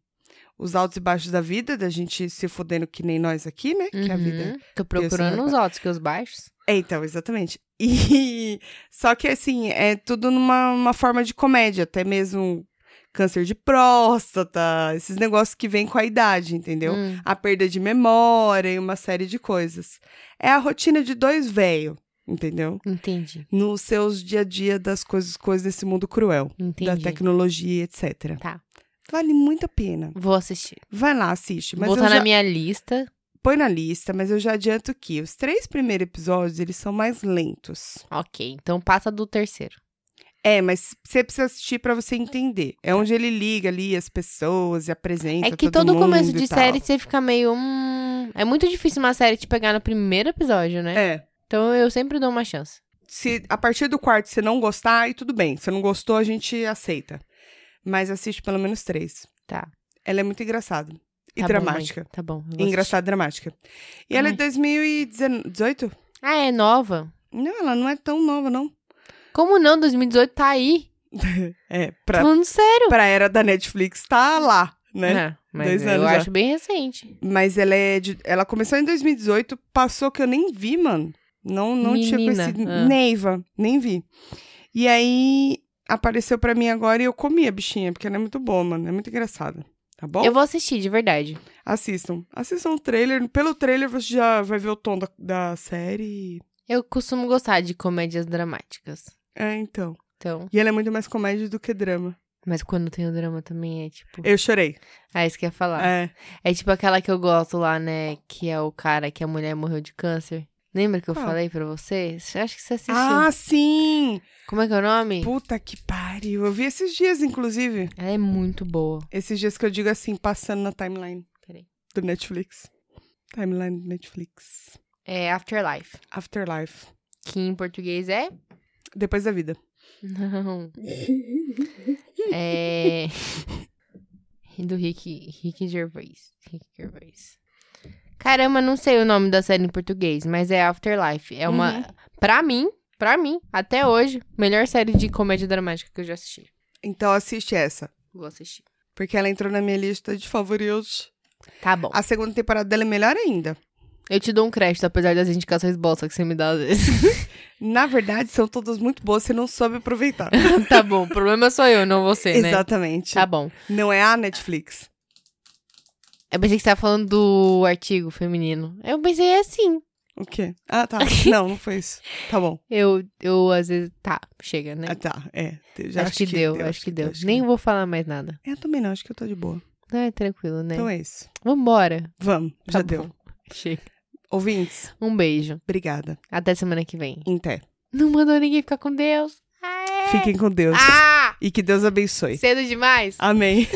Speaker 1: Os altos e baixos da vida, da gente se fudendo que nem nós aqui, né? Que a vida é
Speaker 2: Uhum. Tô
Speaker 1: Esse
Speaker 2: procurando os altos que os baixos.
Speaker 1: é, então, exatamente. [laughs] E só que assim, é tudo numa uma forma de comédia, até mesmo câncer de próstata, esses negócios que vêm com a idade, entendeu?
Speaker 2: Hum.
Speaker 1: A perda de memória e uma série de coisas. É a rotina de dois velho, entendeu?
Speaker 2: Entendi,
Speaker 1: Nos seus dia a dia das coisas, coisas desse mundo cruel, da
Speaker 2: entendi.
Speaker 1: tecnologia, etc.
Speaker 2: Tá.
Speaker 1: Vale muito a pena.
Speaker 2: Vou assistir.
Speaker 1: Vai lá, assiste. Mas
Speaker 2: Vou
Speaker 1: eu
Speaker 2: botar
Speaker 1: já-
Speaker 2: na minha lista.
Speaker 1: põe na lista, mas eu já adianto que os três primeiros episódios, eles são mais lentos.
Speaker 2: Ok, então passa do terceiro.
Speaker 1: É, mas você precisa assistir pra você entender. É onde ele liga ali as pessoas e apresenta.
Speaker 2: É que
Speaker 1: todo,
Speaker 2: todo começo
Speaker 1: mundo e
Speaker 2: de
Speaker 1: tal.
Speaker 2: série você fica meio. Hum... É muito difícil uma série te pegar no primeiro episódio, né?
Speaker 1: É.
Speaker 2: Então eu sempre dou uma chance.
Speaker 1: Se a partir do quarto você não gostar, aí tudo bem. Se não gostou, a gente aceita. Mas assiste pelo menos três.
Speaker 2: Tá.
Speaker 1: Ela é muito engraçada. E
Speaker 2: Tá bom, mãe.
Speaker 1: dramática.
Speaker 2: Tá bom. eu vou assistir.
Speaker 1: Engraçada e dramática. E ela é
Speaker 2: Ai.
Speaker 1: de 2018?
Speaker 2: Ah, é nova?
Speaker 1: Não, ela não é tão nova, não.
Speaker 2: Como não? 2018 tá aí.
Speaker 1: É,
Speaker 2: Tô
Speaker 1: pra,
Speaker 2: Falando sério.
Speaker 1: pra era da Netflix, tá lá, né?
Speaker 2: Ah, mas
Speaker 1: Dois
Speaker 2: eu
Speaker 1: anos já.
Speaker 2: acho bem recente.
Speaker 1: Mas ela é de- ela começou em 2018, passou que eu nem vi, mano. Não, não tinha
Speaker 2: Menina,
Speaker 1: conhecido
Speaker 2: ah.
Speaker 1: Neiva, nem vi. E aí apareceu pra mim agora e eu comi a bichinha, porque ela é muito boa, mano, é muito engraçada. Tá bom?
Speaker 2: Eu vou assistir, de verdade.
Speaker 1: Assistam. Assistam o trailer. Pelo trailer você já vai ver o tom da, da série.
Speaker 2: Eu costumo gostar de comédias dramáticas.
Speaker 1: É, então.
Speaker 2: Então,
Speaker 1: E ela é muito mais comédia do que drama.
Speaker 2: mas quando tem o drama também é tipo.
Speaker 1: Eu chorei.
Speaker 2: Ah, isso que eu ia falar.
Speaker 1: É.
Speaker 2: É tipo aquela que eu gosto lá, né? Que é o cara que a mulher morreu de câncer. Lembra que eu
Speaker 1: Qual?
Speaker 2: falei pra você? Você acha que você assistiu?
Speaker 1: Ah, sim!
Speaker 2: Como é que é o nome?
Speaker 1: Puta que pariu. Eu vi esses dias, inclusive.
Speaker 2: Ela é muito boa.
Speaker 1: Esses dias que eu digo assim, passando na timeline.
Speaker 2: Peraí.
Speaker 1: Do Netflix. Timeline do Netflix.
Speaker 2: É Afterlife.
Speaker 1: Afterlife.
Speaker 2: Que em português é?
Speaker 1: Depois da vida.
Speaker 2: [laughs] Não. É. [laughs] Do Rick, Rick Gervais. Rick Gervais. Caramba, não sei o nome da série em português, mas é Afterlife. É uma.
Speaker 1: Uhum.
Speaker 2: Pra mim, pra mim, até hoje, melhor série de comédia dramática que eu já assisti.
Speaker 1: Então assiste essa.
Speaker 2: Vou assistir.
Speaker 1: Porque ela entrou na minha lista de favoritos.
Speaker 2: Tá bom.
Speaker 1: A segunda temporada dela é melhor ainda.
Speaker 2: Eu te dou um crédito, apesar das indicações bosta que você me dá às vezes. [laughs]
Speaker 1: Na verdade, são todas muito boas, você não soube
Speaker 2: [laughs]
Speaker 1: aproveitar.
Speaker 2: tá bom, o problema sou eu, não você, né?
Speaker 1: Exatamente.
Speaker 2: Tá bom.
Speaker 1: Não é a Netflix.
Speaker 2: Eu pensei que você tava falando do artigo feminino. Eu pensei é assim.
Speaker 1: O quê? Ah,
Speaker 2: [laughs]
Speaker 1: tá. Não, não foi isso. Tá bom.
Speaker 2: Eu, eu às vezes. Tá, chega, né?
Speaker 1: Ah, tá. É. te- Já
Speaker 2: acho, que, deu, acho que deu. Nem um. vou falar mais nada.
Speaker 1: É, Eu também não, acho que eu tô de boa.
Speaker 2: Ah, é tranquilo, né?
Speaker 1: Então é isso.
Speaker 2: Vambora.
Speaker 1: Vamos,
Speaker 2: Tá
Speaker 1: já
Speaker 2: bom.
Speaker 1: deu.
Speaker 2: Chega.
Speaker 1: Ouvintes,
Speaker 2: Um beijo.
Speaker 1: obrigada.
Speaker 2: Até semana que vem.
Speaker 1: Em pé.
Speaker 2: Não mandou ninguém ficar com Deus.
Speaker 1: Fiquem com Deus.
Speaker 2: Ah!
Speaker 1: E que Deus abençoe.
Speaker 2: Cedo demais?
Speaker 1: Amém.